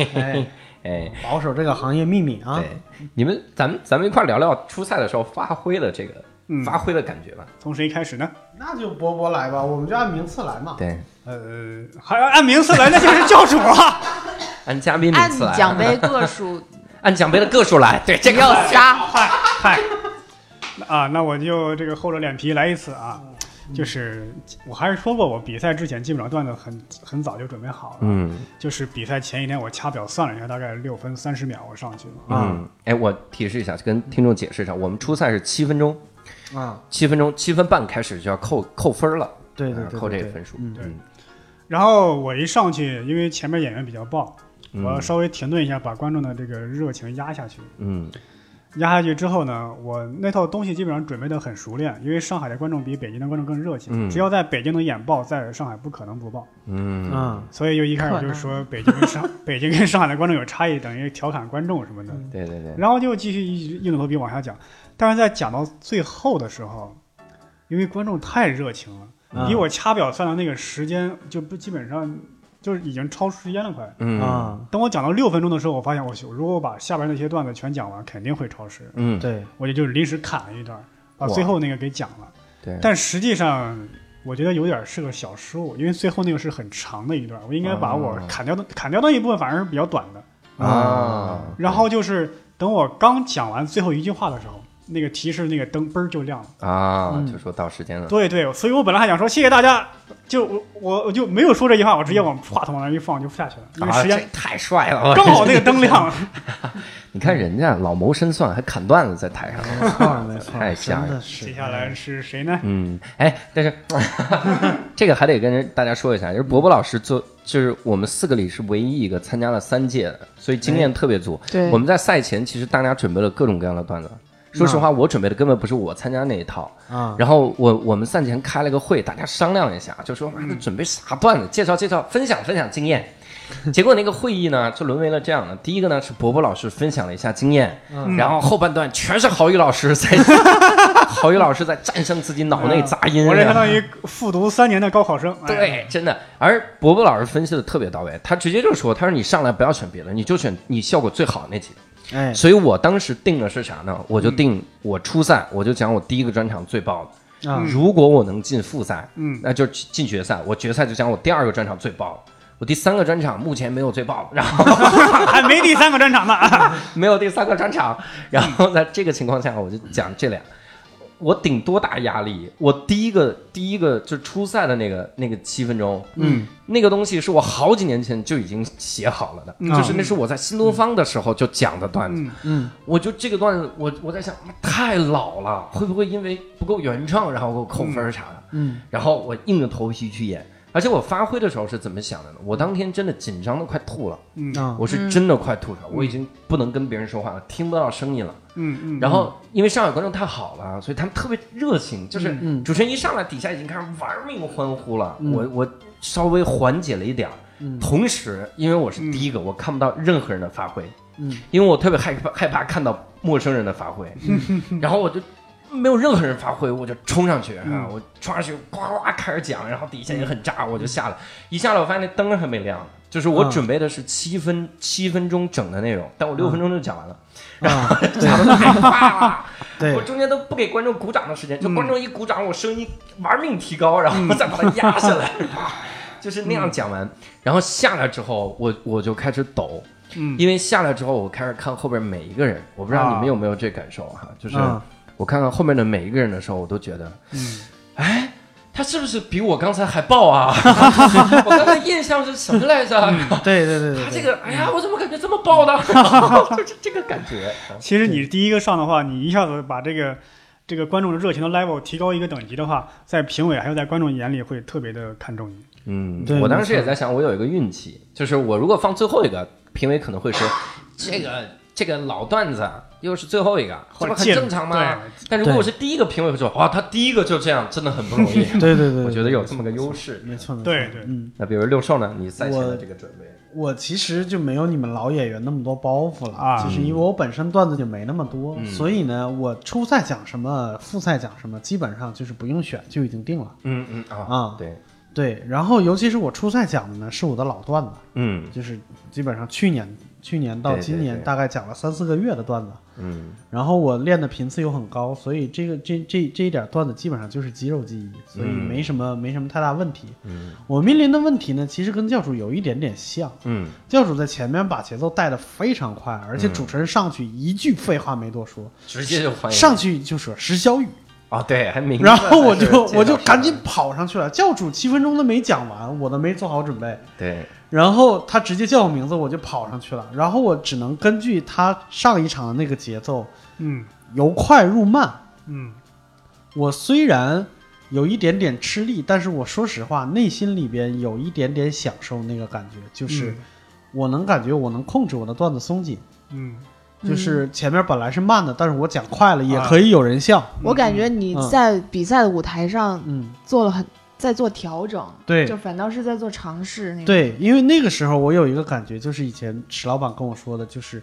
[SPEAKER 1] (laughs)
[SPEAKER 2] 哎，
[SPEAKER 1] 哎，
[SPEAKER 2] 保守这个行业秘密啊！
[SPEAKER 1] 对，你们咱们咱们一块儿聊聊初赛的时候发挥的这个
[SPEAKER 3] 嗯，
[SPEAKER 1] 发挥的感觉吧。
[SPEAKER 3] 从谁开始呢？
[SPEAKER 2] 那就波波来吧，我们就按名次来嘛。
[SPEAKER 1] 对，
[SPEAKER 3] 呃，还要按名次来，那就是
[SPEAKER 1] (laughs)
[SPEAKER 3] 教主啊。
[SPEAKER 1] 按嘉宾名
[SPEAKER 4] 按
[SPEAKER 1] 次来，啊
[SPEAKER 4] 奖杯个
[SPEAKER 1] (laughs)
[SPEAKER 4] 数
[SPEAKER 1] 按奖杯的个数来。对，这
[SPEAKER 4] 你
[SPEAKER 1] 个
[SPEAKER 4] 要杀，
[SPEAKER 3] 嗨嗨，那啊，那我就这个厚着脸皮来一次啊。
[SPEAKER 1] 嗯
[SPEAKER 3] 就是我还是说过，我比赛之前基本上段子很很早就准备好了。
[SPEAKER 1] 嗯
[SPEAKER 3] 就是比赛前一天我掐表算了一下，大概六分三十秒我上去了。
[SPEAKER 2] 啊
[SPEAKER 1] 嗯，哎，我提示一下，跟听众解释一下，我们初赛是七分钟，嗯
[SPEAKER 2] 啊，
[SPEAKER 1] 七分钟，七分半开始就要扣扣分了，
[SPEAKER 2] 对对对对
[SPEAKER 1] 扣这个
[SPEAKER 2] 对
[SPEAKER 1] 分数。
[SPEAKER 2] 嗯
[SPEAKER 3] 对然后我一上去，因为前面演员比较爆，
[SPEAKER 1] 嗯
[SPEAKER 3] 我稍微停顿一下，把观众的这个热情压下去。
[SPEAKER 1] 嗯
[SPEAKER 3] 压下去之后呢，我那套东西基本上准备的很熟练，因为上海的观众比北京的观众更热情，
[SPEAKER 1] 嗯
[SPEAKER 3] 只要在北京能演爆，在上海不可能不爆。
[SPEAKER 1] 嗯
[SPEAKER 2] 嗯，
[SPEAKER 3] 所以就一开始我就说北京跟上北京跟上海的观众有差异，等于调侃观众什么的。
[SPEAKER 1] 对对对，
[SPEAKER 3] 然后就继续一直硬着头皮往下讲，但是在讲到最后的时候，因为观众太热情了，
[SPEAKER 2] 嗯
[SPEAKER 3] 比我掐表算的那个时间就不基本上就是已经超时间了快。
[SPEAKER 1] 嗯
[SPEAKER 2] 啊，
[SPEAKER 3] 等我讲到六分钟的时候，我发现我去，如果我把下边那些段子全讲完，肯定会超时，
[SPEAKER 1] 嗯，
[SPEAKER 2] 对，
[SPEAKER 3] 我就就是临时砍了一段，把
[SPEAKER 1] 哇
[SPEAKER 3] 最后那个给讲了。
[SPEAKER 1] 对，
[SPEAKER 3] 但实际上，我觉得有点是个小失误，因为最后那个是很长的一段，我应该把我
[SPEAKER 1] 哦
[SPEAKER 3] 砍掉的、砍掉的一部分反而是比较短的。
[SPEAKER 1] 啊，
[SPEAKER 3] 然后就是等我刚讲完最后一句话的时候，那个提示那个灯嘣儿就亮了。
[SPEAKER 1] 啊，
[SPEAKER 2] 嗯
[SPEAKER 1] 就说到时间了，
[SPEAKER 3] 对对，所以我本来还想说谢谢大家，就我我我就没有说这句话，我直接往话筒往那儿一放就下去了，因为
[SPEAKER 1] 啊，
[SPEAKER 3] 时
[SPEAKER 1] 这
[SPEAKER 3] 间
[SPEAKER 1] 太帅了，
[SPEAKER 3] 刚好那个灯亮了。
[SPEAKER 1] 你看人家老谋深算，还砍段子在台上。
[SPEAKER 2] 没错没错，
[SPEAKER 1] (laughs) 太吓人
[SPEAKER 2] 真的是。
[SPEAKER 3] 接下来是谁呢？
[SPEAKER 1] 嗯，哎，但是这个还得跟人大家说一下，就是伯伯老师做，就是我们四个里是唯一一个参加了三届的，所以经验特别足。
[SPEAKER 4] 对
[SPEAKER 1] 我们在赛前其实大家准备了各种各样的段子。说实话，我准备的根本不是我参加那一套。
[SPEAKER 2] 啊，
[SPEAKER 1] 然后我我们赛前开了个会，大家商量一下，就说妈的准备啥段子，介绍介绍，分享分享经验。结果那个会议呢，就沦为了这样的：第一个呢是伯伯老师分享了一下经验，然后后半段全是郝宇老师在，郝宇老师在战胜自己脑内杂音。
[SPEAKER 3] 我这
[SPEAKER 1] 然
[SPEAKER 3] 相
[SPEAKER 1] 后
[SPEAKER 3] 当于复读三年的高考生。哎
[SPEAKER 1] 对，真的。而伯伯老师分析的特别到位，他直接就说：“他说你上来不要选别的，你就选你效果最好的那几个。”
[SPEAKER 2] 哎，
[SPEAKER 1] 所以我当时定的是啥呢？我就定我初赛，我就讲我第一个专场最爆的。
[SPEAKER 2] 啊
[SPEAKER 1] 如果我能进复赛，
[SPEAKER 3] 嗯
[SPEAKER 1] 那就进决赛。我决赛就讲我第二个专场最爆的，我第三个专场目前没有最爆的，然后
[SPEAKER 3] 还没第三个专场
[SPEAKER 1] (laughs)
[SPEAKER 3] 呢。啊
[SPEAKER 1] 没有第三个专场，然后在这个情况下，我就讲这俩。我顶多大压力？我第一个第一个就初赛的那个那个七分钟，嗯，那个东西是我好几年前就已经写好了的，就是那是我在新东方的时候就讲的段子，
[SPEAKER 3] 嗯
[SPEAKER 2] 嗯，
[SPEAKER 1] 我就这个段子，我我在想，妈太老了，会不会因为不够原创，然后给我扣分儿啥的？
[SPEAKER 2] 嗯，
[SPEAKER 1] 然后我硬着头皮去演，而且我发挥的时候是怎么想的呢？我当天真的紧张的快吐了，
[SPEAKER 3] 嗯
[SPEAKER 2] 啊，
[SPEAKER 1] 我是真的快吐了，
[SPEAKER 2] 嗯
[SPEAKER 1] 我已经不能跟别人说话了，听不到声音了。
[SPEAKER 3] 嗯嗯。
[SPEAKER 1] 然后因为上海观众太好了，所以他们特别热情，就是
[SPEAKER 2] 嗯
[SPEAKER 1] 主持人一上来，底下已经开始玩命欢呼了。
[SPEAKER 2] 嗯
[SPEAKER 1] 我我稍微缓解了一点儿，
[SPEAKER 2] 嗯
[SPEAKER 1] 同时因为我是第一个，我看不到任何人的发挥，
[SPEAKER 2] 嗯，
[SPEAKER 1] 因为我特别害怕害怕看到陌生人的发挥，然后我就。没有任何人发挥，我就冲上去啊！我冲上去，呱呱开始讲，然后底下也很炸，我就下来。一下来，我发现那灯还没亮，就是我
[SPEAKER 2] 啊
[SPEAKER 1] 准备的是七分、七分钟整的内容，但我六分钟就讲完了。
[SPEAKER 2] 啊，
[SPEAKER 1] (laughs) 讲的太快了，
[SPEAKER 2] 对
[SPEAKER 1] 我中间都不给观众鼓掌的时
[SPEAKER 2] 嗯
[SPEAKER 1] 间，就观众一鼓掌，我声音玩命提高，然后再把它压下
[SPEAKER 2] (laughs)
[SPEAKER 1] 来，就是那样讲完。然后下来之后，我我就开始抖，
[SPEAKER 3] 嗯
[SPEAKER 1] 因为下来之后，我开始看后边每一个人，我不知道你们有没有这感受哈，就是
[SPEAKER 2] 啊
[SPEAKER 1] 我看到后面的每一个人的时候，我都觉得，
[SPEAKER 3] 嗯
[SPEAKER 1] 哎。他是不是比我刚才还爆
[SPEAKER 2] (laughs)
[SPEAKER 1] 啊？我刚才印象是什么来着？
[SPEAKER 2] 对嗯对对对，
[SPEAKER 1] 他
[SPEAKER 2] 对
[SPEAKER 1] 这个，哎呀，我怎么感觉这么 (laughs)
[SPEAKER 2] (laughs)
[SPEAKER 1] 爆呢？就是这个感觉。
[SPEAKER 3] 其实你第一个上的话，你一下子把这个这个观众的热情的 level 提高一个等级的话，在评委还有在观众眼里会特别的看重你。
[SPEAKER 1] 嗯
[SPEAKER 2] 对，
[SPEAKER 1] 我当时
[SPEAKER 2] 没
[SPEAKER 1] 也
[SPEAKER 2] 错
[SPEAKER 1] 在想，我有一个运气，就是我如果放最后一个，评委可能会说，这个这个老段子啊又是最后一个，这
[SPEAKER 3] 或
[SPEAKER 1] 不
[SPEAKER 3] 者
[SPEAKER 1] 很
[SPEAKER 3] 借
[SPEAKER 1] 正常吗？
[SPEAKER 3] 对
[SPEAKER 1] 但如果
[SPEAKER 2] 对
[SPEAKER 1] 我是第一个，评委会说，哇，他第一个就这样，真的很不容易。
[SPEAKER 2] 对对 (laughs) 对，
[SPEAKER 1] 我觉得有这么个优势。
[SPEAKER 2] 没错没错，
[SPEAKER 3] 对对
[SPEAKER 2] 嗯，
[SPEAKER 1] 那比如六兽呢，你赛前
[SPEAKER 2] 我啊
[SPEAKER 1] 的这个准备，
[SPEAKER 2] 我其实就没有你们老演员那么多包袱了
[SPEAKER 3] 啊
[SPEAKER 2] 就是因为我本身段子就没那么多，
[SPEAKER 1] 嗯
[SPEAKER 2] 所以呢，我初赛讲什么，复赛讲什么，基本上就是不用选就已经定了。
[SPEAKER 1] 嗯嗯
[SPEAKER 2] 啊
[SPEAKER 1] 对，
[SPEAKER 2] 对，然后尤其是我初赛讲的呢，是我的老段子，
[SPEAKER 1] 嗯
[SPEAKER 2] 就是基本上去年去年到
[SPEAKER 1] 对对
[SPEAKER 2] 今年
[SPEAKER 1] 对
[SPEAKER 2] 大概讲了三四个月的段子，
[SPEAKER 1] 嗯，
[SPEAKER 2] 然后我练的频次又很高，所以这个这这这一点段子基本上就是肌肉记忆，所以
[SPEAKER 1] 嗯
[SPEAKER 2] 没什么、没什么太大问题。
[SPEAKER 1] 嗯
[SPEAKER 2] 我面临的问题呢，其实跟教主有一点点像。
[SPEAKER 1] 嗯
[SPEAKER 2] 教主在前面把节奏带得非常快，而且
[SPEAKER 1] 嗯
[SPEAKER 2] 主持人上去一句废话没多说，
[SPEAKER 1] 直接就欢迎
[SPEAKER 2] 上去就说石小雨，
[SPEAKER 1] 啊，对，还明白。
[SPEAKER 2] 然
[SPEAKER 1] (laughs)
[SPEAKER 2] 后我就
[SPEAKER 1] 还是
[SPEAKER 2] 我就
[SPEAKER 1] 介绍
[SPEAKER 2] 赶紧跑上去了。教主七分钟都没讲完，我都没做好准备，
[SPEAKER 1] 对，
[SPEAKER 2] 然后他直接叫我名字，我就跑上去了。然后我只能根据他上一场的那个节奏，
[SPEAKER 3] 嗯
[SPEAKER 2] 由快入慢。
[SPEAKER 3] 嗯，
[SPEAKER 2] 我虽然有一点点吃力，但是我说实话，内心里边有一点点享受那个感觉，就是我能感觉我能控制我的段子松紧。
[SPEAKER 3] 嗯，
[SPEAKER 2] 就是前面本来是慢的，但是我讲快了也可以有人笑。
[SPEAKER 4] 我感觉你
[SPEAKER 2] 嗯
[SPEAKER 4] 在比赛的舞台上
[SPEAKER 2] 嗯，
[SPEAKER 4] 做了很在做调整，
[SPEAKER 2] 对
[SPEAKER 4] 就反倒是在做尝试
[SPEAKER 2] 嗯
[SPEAKER 4] 那种。
[SPEAKER 2] 对，因为那个时候我有一个感觉，就是以前史老板跟我说的，就是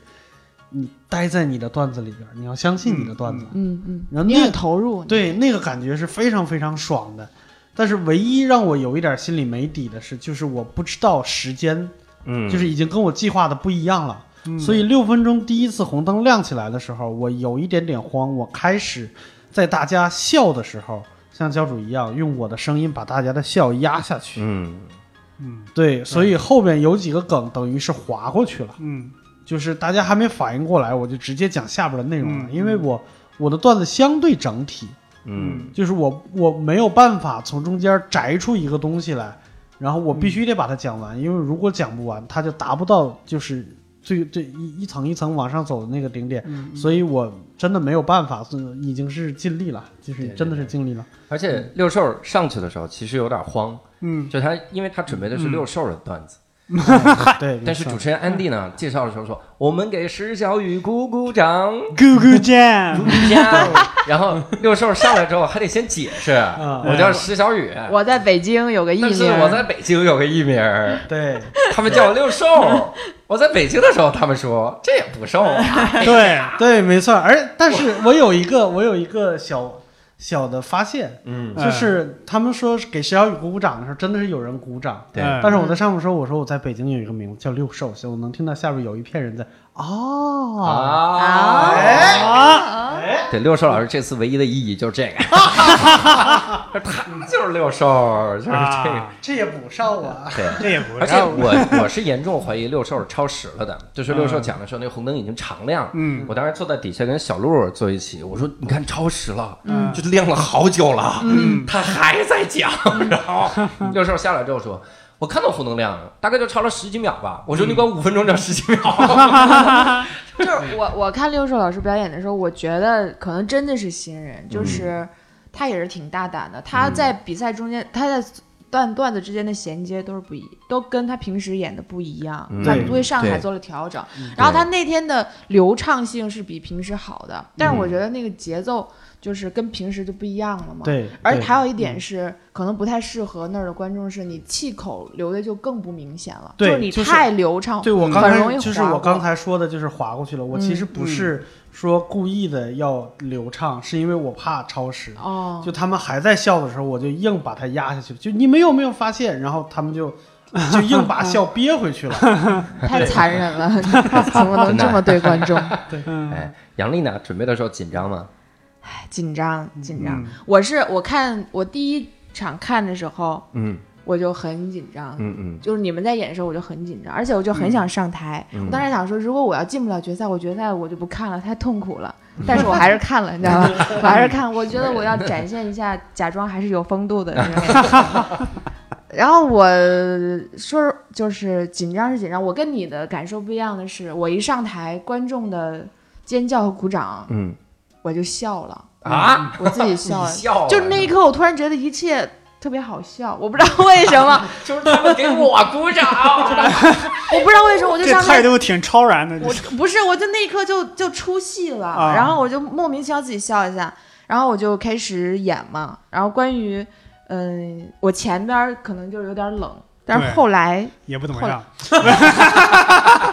[SPEAKER 2] 你待在你的段子里边，你要相信你的段子。
[SPEAKER 4] 嗯
[SPEAKER 2] 然
[SPEAKER 4] 嗯，
[SPEAKER 2] 后
[SPEAKER 4] 你
[SPEAKER 2] 那
[SPEAKER 4] 很投入。
[SPEAKER 2] 对，那个感觉是非常非常爽的。但是唯一让我有一点心里没底的是，就是我不知道时间，
[SPEAKER 1] 嗯，
[SPEAKER 2] 就是已经跟我计划的不一样了。
[SPEAKER 3] 嗯
[SPEAKER 2] 所以六分钟第一次红灯亮起来的时候，我有一点点慌，我开始在大家笑的时候，像教主一样，用我的声音把大家的笑压下去。
[SPEAKER 1] 嗯
[SPEAKER 3] 嗯
[SPEAKER 2] 对，所以后面有几个梗等于是划过去了，
[SPEAKER 3] 嗯
[SPEAKER 2] 就是大家还没反应过来，我就直接讲下边的内容了，
[SPEAKER 3] 嗯
[SPEAKER 2] 因为我我的段子相对整体，
[SPEAKER 1] 嗯
[SPEAKER 2] 就是我我没有办法从中间摘出一个东西来，然后我必须得把它讲完，因为如果讲不完，它就达不到就是最最一一层一层往上走的那个顶点，
[SPEAKER 3] 嗯，
[SPEAKER 2] 所以我真的没有办法，是已经是尽力了， (laughs) 就
[SPEAKER 1] 对
[SPEAKER 2] 是
[SPEAKER 1] 对
[SPEAKER 2] 真的是尽力
[SPEAKER 1] (laughs)
[SPEAKER 2] 了。
[SPEAKER 1] 而且六兽上去的时候其实有点慌，
[SPEAKER 3] 嗯
[SPEAKER 1] 就他因为他准备的是六兽的段子，
[SPEAKER 2] 对，
[SPEAKER 1] 但是主
[SPEAKER 2] 嗯没错
[SPEAKER 1] 持人安迪呢介绍的时候说，我们给石小雨鼓鼓掌，
[SPEAKER 3] ，Go Go Jam，
[SPEAKER 1] 然后六兽上来之后还得先解释，
[SPEAKER 2] 嗯
[SPEAKER 1] 我叫石小雨，
[SPEAKER 4] 我在北京有个艺
[SPEAKER 1] 但是
[SPEAKER 4] 名，
[SPEAKER 1] 我在北京有个艺名儿，
[SPEAKER 2] (laughs) 对
[SPEAKER 1] 他们叫我六兽。我在北京的时候，他们说这也不瘦啊，
[SPEAKER 3] 对，嗯
[SPEAKER 2] 对，没错。而但是我有一个我有一个小小的发现，
[SPEAKER 1] 嗯，
[SPEAKER 2] 就是他们说给石小雨鼓鼓掌的时候，真的是有人鼓掌。
[SPEAKER 1] 对
[SPEAKER 3] 嗯
[SPEAKER 2] 但是我在上面说，我说我在北京有一个名字叫六兽，所以我能听到下边有一片人在哦，哎
[SPEAKER 1] 啊，
[SPEAKER 3] 啊
[SPEAKER 1] 对，六兽老师这次唯一的意义就是这个，他就是六兽，就是这个。
[SPEAKER 3] 啊，
[SPEAKER 2] 这也补上啊。
[SPEAKER 1] 对，
[SPEAKER 3] 这也不
[SPEAKER 1] 而
[SPEAKER 3] 是
[SPEAKER 1] 且，我我是严重怀疑六兽是超时了的，就是六兽讲的时候，那个红灯已经常亮。
[SPEAKER 3] 嗯
[SPEAKER 1] 我当时坐在底下跟小鹿坐一起，我说你看超时了，
[SPEAKER 3] 嗯
[SPEAKER 1] 就是亮了好久了，
[SPEAKER 3] 嗯
[SPEAKER 1] (laughs) 他还在讲。 (laughs) 然后六兽下来之后说。我看到红灯亮了，大概就超了十几秒吧。我说你管五分钟叫十几 (laughs) 秒，
[SPEAKER 4] (laughs) 就是我我看六兽老师表演的时候，我觉得可能真的是新人，
[SPEAKER 2] 嗯
[SPEAKER 4] 就是他也是挺大胆的。他在比赛中间，他在段段子之间的衔接都是不一，都跟他平时演的不一样
[SPEAKER 1] 嗯。
[SPEAKER 4] 他
[SPEAKER 2] 对
[SPEAKER 4] 对上海
[SPEAKER 1] 对
[SPEAKER 4] 做了调整，然后他那天的流畅性是比平时好的，但
[SPEAKER 2] 嗯
[SPEAKER 4] 是我觉得那个节奏就是跟平时就不一样了嘛。
[SPEAKER 2] 对，
[SPEAKER 4] 而
[SPEAKER 2] 对嗯
[SPEAKER 4] 还有一点是，可能不太适合那儿的观众，是你气口留的就更不明显了，
[SPEAKER 2] 对
[SPEAKER 4] 就是你
[SPEAKER 2] 就是
[SPEAKER 4] 太流畅，
[SPEAKER 2] 对我刚
[SPEAKER 4] 嗯很容易
[SPEAKER 2] 才就是
[SPEAKER 4] 划
[SPEAKER 2] 我
[SPEAKER 4] 过嗯
[SPEAKER 2] 刚才说的，就是划过去了。我其实不是说故意的要流畅，是因为我怕超时。
[SPEAKER 4] 哦，
[SPEAKER 2] 就他们还在笑的时候，我就硬把它压下去了。就你们有没有发现？然后他们
[SPEAKER 4] (laughs)
[SPEAKER 2] 就就硬把笑憋回去了。
[SPEAKER 4] 太残忍了， (laughs) 怎么能这么对观众？
[SPEAKER 1] 哎，杨丽呢？准备的时候紧张吗？
[SPEAKER 4] (laughs) 紧张，紧张
[SPEAKER 3] 嗯。
[SPEAKER 4] 我是我看我第一场看的时候，
[SPEAKER 1] 嗯
[SPEAKER 4] 我就很紧张，
[SPEAKER 1] 嗯嗯，
[SPEAKER 4] 就是你们在演的时候，我就很紧张，而且我就很想上台。
[SPEAKER 1] 嗯
[SPEAKER 4] 我当时想说，如果我要进不了决赛，我决赛我就不看了，太痛苦了。
[SPEAKER 1] 嗯
[SPEAKER 4] 但是我还是看了，你知道
[SPEAKER 1] (laughs)
[SPEAKER 4] 吗？我还是看，我觉得我要展现一下，假装还是有风度的那种。 (laughs) 然后我说，就是紧张是紧张，我跟你的感受不一样的是，我一上台，观众的尖叫和鼓掌，
[SPEAKER 1] 嗯
[SPEAKER 4] 我就笑了。
[SPEAKER 1] 啊！
[SPEAKER 4] 我自己
[SPEAKER 1] (laughs) 你
[SPEAKER 4] 笑了，
[SPEAKER 1] 笑了，
[SPEAKER 4] 就是那一刻，我突然觉得一切特别好笑，我不知道为什么，
[SPEAKER 1] 就是他们给我鼓
[SPEAKER 4] (laughs)
[SPEAKER 1] 掌，啊
[SPEAKER 4] 我不知道为什么，我就
[SPEAKER 3] 这
[SPEAKER 4] 上
[SPEAKER 3] 态
[SPEAKER 4] 面。
[SPEAKER 3] 度挺超然的。 (laughs)
[SPEAKER 4] 我
[SPEAKER 3] 这
[SPEAKER 4] 不是，我就那一刻就就出戏了，
[SPEAKER 3] 啊
[SPEAKER 4] 然后我就莫名其妙自己笑一下，然后我就开始演嘛。然后关于，嗯、我前边儿可能就是有点冷，但是
[SPEAKER 3] 对
[SPEAKER 4] 后来
[SPEAKER 3] 也不怎么样。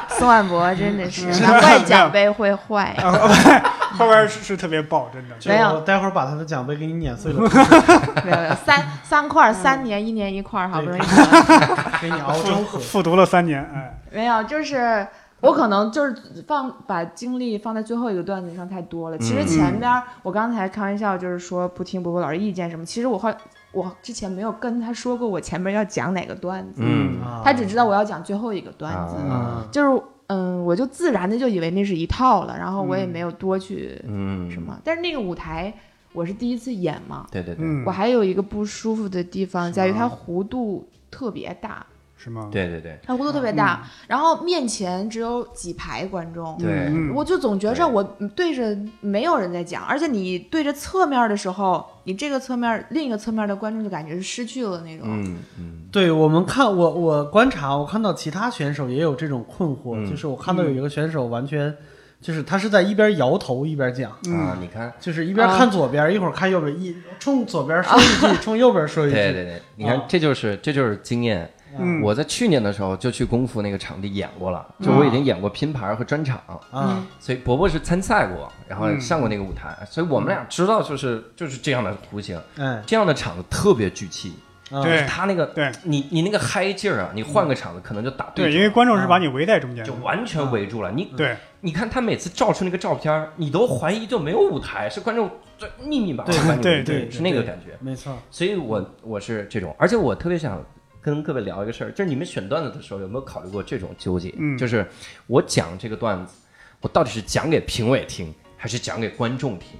[SPEAKER 4] 宋万博真的
[SPEAKER 3] (laughs)
[SPEAKER 4] 是
[SPEAKER 3] 是
[SPEAKER 4] 难怪
[SPEAKER 3] 没有
[SPEAKER 4] 奖杯会坏。
[SPEAKER 3] 啊不后边是是特别爆，真的。
[SPEAKER 4] 没有
[SPEAKER 2] 就我待会儿把他的奖杯给你碾碎了，
[SPEAKER 4] (laughs) 没有没有三三块儿三年，一年一块儿，好不容易
[SPEAKER 2] 对
[SPEAKER 4] 得了。
[SPEAKER 2] 给你熬粥
[SPEAKER 3] 复
[SPEAKER 2] 喝。
[SPEAKER 3] 复读了三年，哎，
[SPEAKER 4] 没有，就是我可能就是放把精力放在最后一个段子上太多了。其实
[SPEAKER 1] 嗯
[SPEAKER 4] 前边儿我刚才开玩笑就是说不听伯伯老师意见什么，其实我后我之前没有跟他说过我前面要讲哪个段子，
[SPEAKER 1] 嗯
[SPEAKER 2] 啊
[SPEAKER 4] 他只知道我要讲最后一个段子，
[SPEAKER 1] 啊
[SPEAKER 4] 就是嗯，我就自然的就以为那是一套了，然后我也
[SPEAKER 3] 嗯
[SPEAKER 4] 没有多去
[SPEAKER 1] 嗯，
[SPEAKER 4] 什？么。但是那个舞台我是第一次演嘛，
[SPEAKER 1] 对对对，
[SPEAKER 3] 嗯
[SPEAKER 4] 我，还有一个不舒服的地方在于它弧度特别大，
[SPEAKER 3] 是吗？
[SPEAKER 1] 对对对
[SPEAKER 4] 它弧度特别大，
[SPEAKER 1] 嗯
[SPEAKER 4] 然后面前只有几排观众。
[SPEAKER 1] 对，
[SPEAKER 3] 嗯，
[SPEAKER 4] 我就总觉
[SPEAKER 1] 对
[SPEAKER 4] 着我对着没有人在讲，而且你对着侧面的时候，你这个侧面另一个侧面的观众就感觉是失去了那种。
[SPEAKER 1] 嗯嗯
[SPEAKER 2] 对我们看我我观察，我看到其他选手也有这种困惑，
[SPEAKER 1] 嗯
[SPEAKER 2] 就是我看到有一个选手完全就是他是在一边摇头一边讲，
[SPEAKER 1] 啊，
[SPEAKER 3] 嗯，
[SPEAKER 1] 你看，
[SPEAKER 2] 就是一边
[SPEAKER 4] 啊
[SPEAKER 2] 看左边，一会儿看右边，一冲左边说一句，
[SPEAKER 4] (laughs)
[SPEAKER 2] 冲右边说一
[SPEAKER 1] 对
[SPEAKER 2] 句，
[SPEAKER 1] 对对，你看
[SPEAKER 2] 啊，
[SPEAKER 1] 这就是这就是经验。
[SPEAKER 3] 哦嗯
[SPEAKER 1] 我在去年的时候就去功夫那个场地演过了，就我已经演过拼盘和专场，
[SPEAKER 2] 啊，
[SPEAKER 1] 所以伯伯是参赛过，然后
[SPEAKER 3] 嗯
[SPEAKER 1] 上过那个舞台，所以我们俩知道就是就是这样的弧形，
[SPEAKER 4] 嗯
[SPEAKER 2] 哎，
[SPEAKER 1] 这样的场子特别聚气，
[SPEAKER 2] 啊
[SPEAKER 3] 对
[SPEAKER 1] 他那个
[SPEAKER 3] 对
[SPEAKER 1] 你你那个嗨劲儿啊，你换个场子可能就打
[SPEAKER 3] 对，因
[SPEAKER 1] 折
[SPEAKER 3] 为观众是把你围在中间
[SPEAKER 1] 就
[SPEAKER 3] 的。
[SPEAKER 1] 完全围住了你。
[SPEAKER 3] 嗯对，
[SPEAKER 1] 你看他每次照出那个照片儿，你都怀疑就没有舞台，是观众这密密麻麻把你围
[SPEAKER 3] 对
[SPEAKER 1] 住
[SPEAKER 2] 对，
[SPEAKER 1] 是那个感觉。
[SPEAKER 2] 没错，
[SPEAKER 1] 所以我我是这种，而且我特别想跟各位聊一个事儿，就是你们选段子的时候有没有考虑过这种纠结？
[SPEAKER 3] 嗯
[SPEAKER 1] 就是我讲这个段子，我到底是讲给评委听，还是讲给观众听？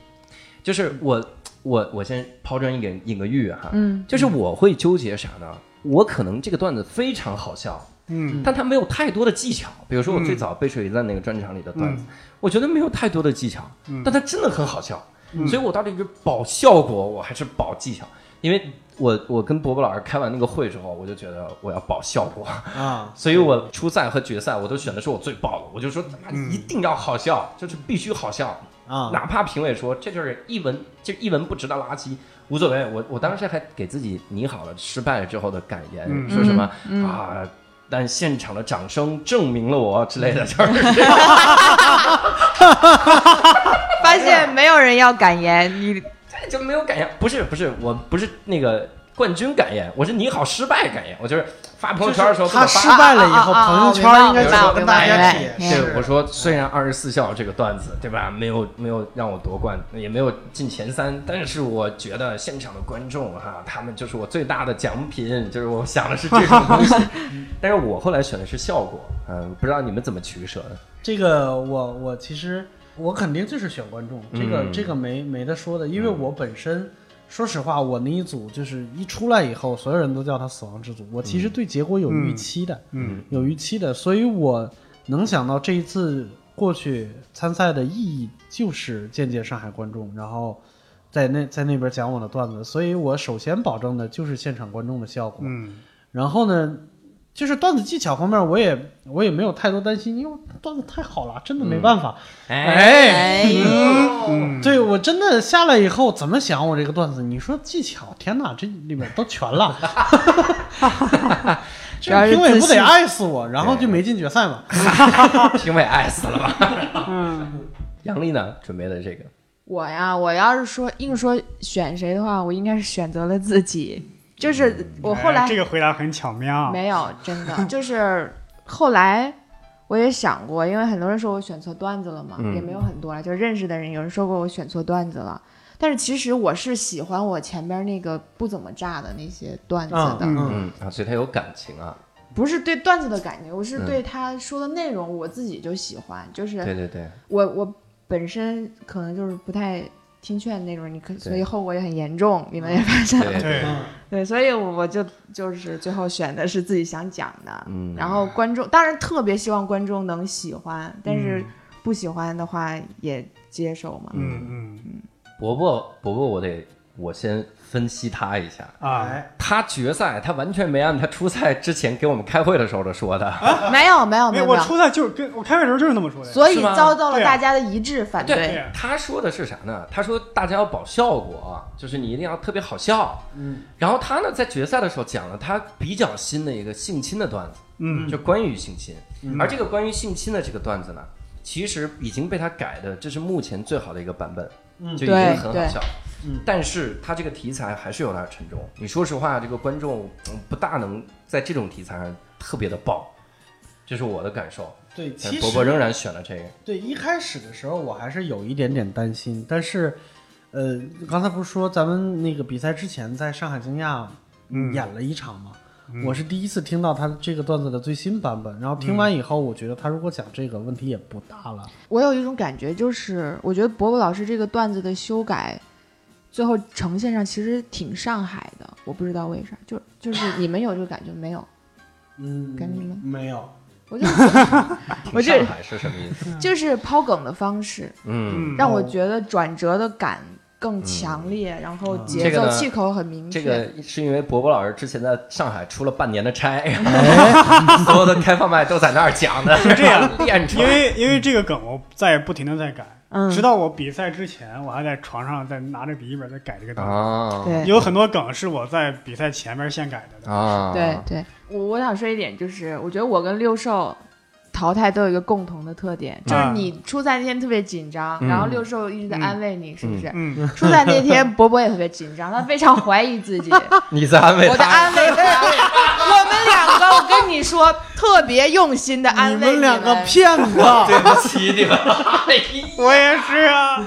[SPEAKER 1] 就是我我我先抛砖引引个玉哈，
[SPEAKER 4] 嗯，
[SPEAKER 1] 就是我会纠结啥呢？我可能这个段子非常好笑，
[SPEAKER 3] 嗯
[SPEAKER 1] 但它没有太多的技巧。比如说我最早背水一战那个专场里的段子，嗯我觉得没有太多的技巧，
[SPEAKER 3] 嗯
[SPEAKER 1] 但它真的很好笑。
[SPEAKER 3] 嗯
[SPEAKER 1] 所以我到底是保效果，我还是保技巧？因为我我跟伯伯老师开完那个会之后，我就觉得我要保效果，
[SPEAKER 2] 啊，
[SPEAKER 1] 所以我初赛和决赛我都选的是我最爆的，我就说他妈一定要好笑，就是必须好笑，
[SPEAKER 2] 啊，
[SPEAKER 1] 哪怕评委说这就是一文就一文不值的垃圾，无所谓。我我当时还给自己拟好了失败之后的感言，
[SPEAKER 3] 嗯
[SPEAKER 1] 说什么、
[SPEAKER 4] 嗯
[SPEAKER 1] 啊，但现场的掌声证明了我之
[SPEAKER 4] 嗯
[SPEAKER 1] 类的，就是 (laughs)
[SPEAKER 4] 发
[SPEAKER 1] 哎
[SPEAKER 4] 现没有人要感言，你
[SPEAKER 1] 这就没有感言。不是不是，我不是那个冠军感言，我是拟好失败感言。我就是发朋友圈的时候，
[SPEAKER 2] 他失败了以后，
[SPEAKER 4] 啊啊啊啊
[SPEAKER 2] 朋友圈应该怎么跟大家解
[SPEAKER 4] 明白
[SPEAKER 1] 对
[SPEAKER 2] 释？
[SPEAKER 1] 我说，虽然二十四孝这个段子，对吧，没有没有让我夺冠，也没有进前三，但是我觉得现场的观众哈、他们就是我最大的奖品，就是我想的是这种东西。但是我后来选的是效果，嗯、不知道你们怎么取舍的。
[SPEAKER 2] 这个我我其实我肯定就是选观众，这个
[SPEAKER 1] 嗯
[SPEAKER 2] 这个没没得说的，因为我本身说实话，我那一组就是一出来以后，所有人都叫他死亡之组，我其实对结果有预期的，
[SPEAKER 3] 嗯
[SPEAKER 2] 有预期的，所以我能想到这一次过去参赛的意义就是见见上海观众，然后在那在那边讲我的段子，所以我首先保证的就是现场观众的效果，
[SPEAKER 3] 嗯
[SPEAKER 2] 然后呢，就是段子技巧方面，我也我也没有太多担心，因为段子太好了，真的没办法。
[SPEAKER 1] 嗯
[SPEAKER 2] 哎，
[SPEAKER 4] 哎呦，
[SPEAKER 2] (laughs)
[SPEAKER 3] 嗯，
[SPEAKER 2] 对我真的下来以后怎么想我这个段子？你说技巧，天哪，这里面都全了。 (laughs) 这评委不得爱死我，然后就没进决赛嘛？
[SPEAKER 1] 哎评委爱死了吧？
[SPEAKER 3] 嗯
[SPEAKER 1] 杨丽呢？准备的这个，
[SPEAKER 4] (laughs) 我呀，我要是说硬说选谁的话，我应该是选择了自己。就是我后来、
[SPEAKER 3] 哎这个回答很巧
[SPEAKER 1] 啊
[SPEAKER 3] 妙。
[SPEAKER 4] 没有，
[SPEAKER 1] (laughs)
[SPEAKER 4] 真的就是后来我也想过，因为很多人说我选错段子了嘛，
[SPEAKER 1] 嗯
[SPEAKER 4] 也没有很多了，啊就认识的人有人说过我选错段子了。但是其实我是喜欢我前边那个不怎么炸的那些段子的，
[SPEAKER 3] 嗯
[SPEAKER 1] 嗯啊，所以他有感情啊，
[SPEAKER 4] 不是对段子的感觉，我是对他说的内容我自己就喜欢，就是
[SPEAKER 1] 嗯对对对，
[SPEAKER 4] 我我本身可能就是不太听劝那种，你可
[SPEAKER 1] 对
[SPEAKER 4] 所以后果也很严重，你们也发现了。
[SPEAKER 1] 对
[SPEAKER 3] 对，
[SPEAKER 2] 嗯
[SPEAKER 4] 对，所以我就就是最后选的是自己想讲的，
[SPEAKER 1] 嗯
[SPEAKER 4] 然后观众当然特别希望观众能喜欢，但是不喜欢的话也接受嘛。
[SPEAKER 3] 嗯嗯，
[SPEAKER 1] 伯伯，伯伯，我得我先分析他一下。
[SPEAKER 3] 啊，
[SPEAKER 2] 哎，
[SPEAKER 1] 他决赛，他完全没按他初赛之前给我们开会的时候的说的。
[SPEAKER 4] 没有没有
[SPEAKER 3] 没
[SPEAKER 4] 没有
[SPEAKER 3] 有，
[SPEAKER 4] 没
[SPEAKER 3] 我
[SPEAKER 4] 有，
[SPEAKER 3] 初赛就是跟我开会的时候就是那么说的。
[SPEAKER 4] 所以
[SPEAKER 1] 是吗
[SPEAKER 4] 遭到了
[SPEAKER 3] 对啊
[SPEAKER 4] 大家的一致反
[SPEAKER 1] 对
[SPEAKER 4] 对。
[SPEAKER 1] 他说的是啥呢？他说大家要保效果，就是你一定要特别好笑。
[SPEAKER 2] 嗯，
[SPEAKER 1] 然后他呢，在决赛的时候讲了他比较新的一个性侵的段子，
[SPEAKER 3] 嗯，
[SPEAKER 1] 就关于性侵。
[SPEAKER 3] 嗯
[SPEAKER 1] 而这个关于性侵的这个段子呢，其实已经被他改的，这是目前最好的一个版本，
[SPEAKER 2] 嗯
[SPEAKER 1] 就已经很好笑了
[SPEAKER 2] 对嗯。
[SPEAKER 1] 但是他这个题材还是有点沉重。你说实话，这个观众嗯不大能在这种题材上特别的爆，这是我的感受。
[SPEAKER 2] 对，
[SPEAKER 1] 但
[SPEAKER 2] 其
[SPEAKER 1] 哎伯伯
[SPEAKER 2] 实
[SPEAKER 1] 仍然选了这个。
[SPEAKER 2] 对一开始的时候我还是有一点点担心，但是，呃，刚才不是说咱们那个比赛之前在上海竞亚
[SPEAKER 3] 嗯
[SPEAKER 2] 演了一场吗？
[SPEAKER 3] 嗯
[SPEAKER 2] 我是第一次听到他这个段子的最新版本，然后听完以后，我觉得他如果讲这个问题也不大了。
[SPEAKER 4] 我有一种感觉，就是我觉得伯伯老师这个段子的修改，最后呈现上其实挺上海的，我不知道为啥，就就是你们有这个感觉没有？
[SPEAKER 2] 嗯
[SPEAKER 4] 感觉吗
[SPEAKER 2] 没有，
[SPEAKER 4] 我就觉得
[SPEAKER 1] 挺
[SPEAKER 4] 我这
[SPEAKER 1] 上海是什么
[SPEAKER 4] (laughs)
[SPEAKER 1] 意思？
[SPEAKER 4] 就是抛梗的方式，
[SPEAKER 1] 嗯，
[SPEAKER 3] 嗯，
[SPEAKER 4] 让我觉得转折的感更强烈，然后节
[SPEAKER 1] 这个
[SPEAKER 4] 奏
[SPEAKER 1] 呢
[SPEAKER 4] 气口很明确。
[SPEAKER 1] 这个是因为伯伯老师之前在上海出了半年的差，所有的开放麦都在那儿讲的，是
[SPEAKER 3] 这样
[SPEAKER 1] (laughs) 练出
[SPEAKER 3] 因为因为这个梗，我在不停的在改，
[SPEAKER 4] 嗯，
[SPEAKER 3] 直到我比赛之前，我还在床上在拿着笔记本在改这个梗。
[SPEAKER 1] 啊
[SPEAKER 4] 对
[SPEAKER 3] 有很多梗是我在比赛前面现改的。
[SPEAKER 1] 啊，
[SPEAKER 4] 对对，我我想说一点，就是我觉得我跟六兽淘汰都有一个共同的特点，就是
[SPEAKER 3] 啊
[SPEAKER 4] 你初赛那天特别紧张，
[SPEAKER 1] 嗯
[SPEAKER 4] 然后六兽一直在安慰你，是不是？
[SPEAKER 3] 嗯，
[SPEAKER 4] 初赛那天伯伯也特别紧张，他非常怀
[SPEAKER 1] (laughs)
[SPEAKER 4] 疑自己，
[SPEAKER 1] 你在安慰
[SPEAKER 4] 我在
[SPEAKER 1] 他，
[SPEAKER 4] 安慰他。我们两个，我跟你说，特别用心的安
[SPEAKER 2] 们
[SPEAKER 4] 慰们
[SPEAKER 2] 两个骗
[SPEAKER 1] (laughs)
[SPEAKER 2] 子！
[SPEAKER 1] 对不起你们。
[SPEAKER 3] 我也是啊。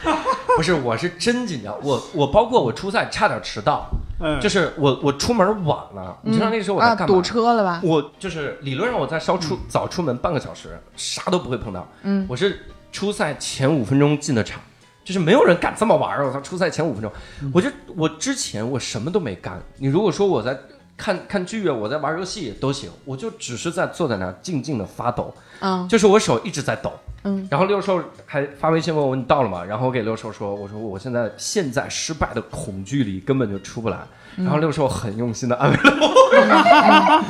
[SPEAKER 1] (laughs) 不是，我是真紧张，我我包括我初赛差点迟到，
[SPEAKER 3] 嗯，
[SPEAKER 1] 就是我我出门晚了，你知道那个时候我在
[SPEAKER 4] 啊，
[SPEAKER 1] 干嘛？
[SPEAKER 4] 堵车了吧？
[SPEAKER 1] 我就是理论上我在稍出早出门半个小时，啥都不会碰到。
[SPEAKER 4] 嗯
[SPEAKER 1] 我是初赛前五分钟进的场，就是没有人敢这么玩儿。我操，初赛前五分钟，我就我之前我什么都没干。你如果说我在看看剧啊，我在玩游戏都行，我就只是在坐在那儿静静的发抖，
[SPEAKER 4] 嗯
[SPEAKER 1] 就是我手一直在抖。
[SPEAKER 4] 嗯，
[SPEAKER 1] 然后六兽还发微信问我你到了吗？然后我给六兽说，我说我现在现在失败的恐惧里根本就出不来。
[SPEAKER 4] 嗯
[SPEAKER 1] 然后六兽很用心的安慰了我，
[SPEAKER 2] 哎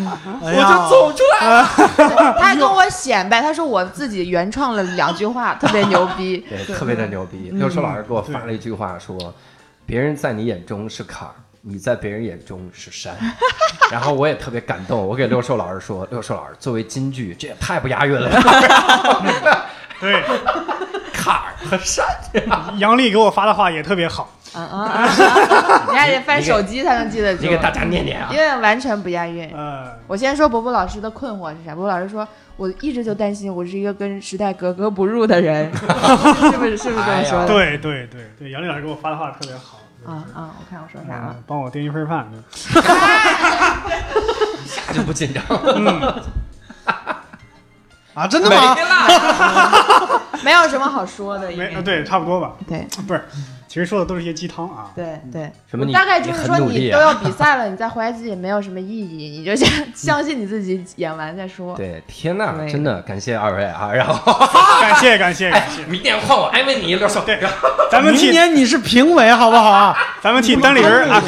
[SPEAKER 1] 我
[SPEAKER 2] 呀
[SPEAKER 1] 就走出来了。
[SPEAKER 4] (laughs) 他跟
[SPEAKER 1] (laughs)
[SPEAKER 4] 我显摆，他说我自己原创了两句话，特别牛
[SPEAKER 1] (laughs)
[SPEAKER 4] 逼。
[SPEAKER 1] 对，特别的牛
[SPEAKER 4] 嗯
[SPEAKER 1] 逼。六叔老师给我发了一句话说：“别人在你眼中是坎儿，你在别人眼中是
[SPEAKER 4] (laughs)
[SPEAKER 1] 山。”然后我也特别感动，我给六叔老师说：“六叔老师，作为京剧，这也太不押韵了，
[SPEAKER 4] (laughs)
[SPEAKER 3] 嗯对，
[SPEAKER 1] 坎儿和山。
[SPEAKER 3] 杨丽给我发的话也特别好。
[SPEAKER 4] 嗯嗯嗯，嗯你还得翻手机才能记得住
[SPEAKER 1] 你，给大家念念
[SPEAKER 4] (laughs)
[SPEAKER 1] 啊
[SPEAKER 4] 因。为完全不押韵。
[SPEAKER 3] 嗯，
[SPEAKER 4] 我先说伯伯老师的困惑是啥？伯伯老师说，我一直就担心我是一个跟时代格格不入
[SPEAKER 1] (laughs)
[SPEAKER 4] 的人，是不是？是不是这
[SPEAKER 1] 哎
[SPEAKER 4] 么说的？
[SPEAKER 3] 对对对对，杨丽老师给我发的话特别好。
[SPEAKER 4] 啊啊！我看我说啥了？
[SPEAKER 3] 嗯，帮我订一份饭。
[SPEAKER 1] 一下就不紧张了，
[SPEAKER 2] 啊，真的
[SPEAKER 1] 没
[SPEAKER 2] 吗？
[SPEAKER 1] 啦。
[SPEAKER 4] (laughs) 没有什么好说的，应
[SPEAKER 3] 没，
[SPEAKER 4] 该
[SPEAKER 3] 呃对，差不多吧。
[SPEAKER 4] 对
[SPEAKER 3] 不是，其实说的都是一些鸡汤啊。
[SPEAKER 4] 对对。
[SPEAKER 1] 什嗯么你？
[SPEAKER 4] 大概就是
[SPEAKER 1] 很
[SPEAKER 4] 说，
[SPEAKER 1] 努
[SPEAKER 4] 你
[SPEAKER 1] 力
[SPEAKER 4] 都
[SPEAKER 1] 啊。
[SPEAKER 4] 要比赛了，你再怀疑自己没有什么意义，你就相 (laughs) 相信你自己演完再说。
[SPEAKER 1] 对，天呐，
[SPEAKER 4] 对
[SPEAKER 1] 真的感谢二位啊！然后，
[SPEAKER 3] 感谢感谢感
[SPEAKER 1] 哎
[SPEAKER 3] 谢，，
[SPEAKER 1] 明天换我安慰你，六叔。
[SPEAKER 3] 对咱们
[SPEAKER 2] 明
[SPEAKER 3] 替
[SPEAKER 2] 年你是评委好不啊好？
[SPEAKER 3] 咱们替单立人啊，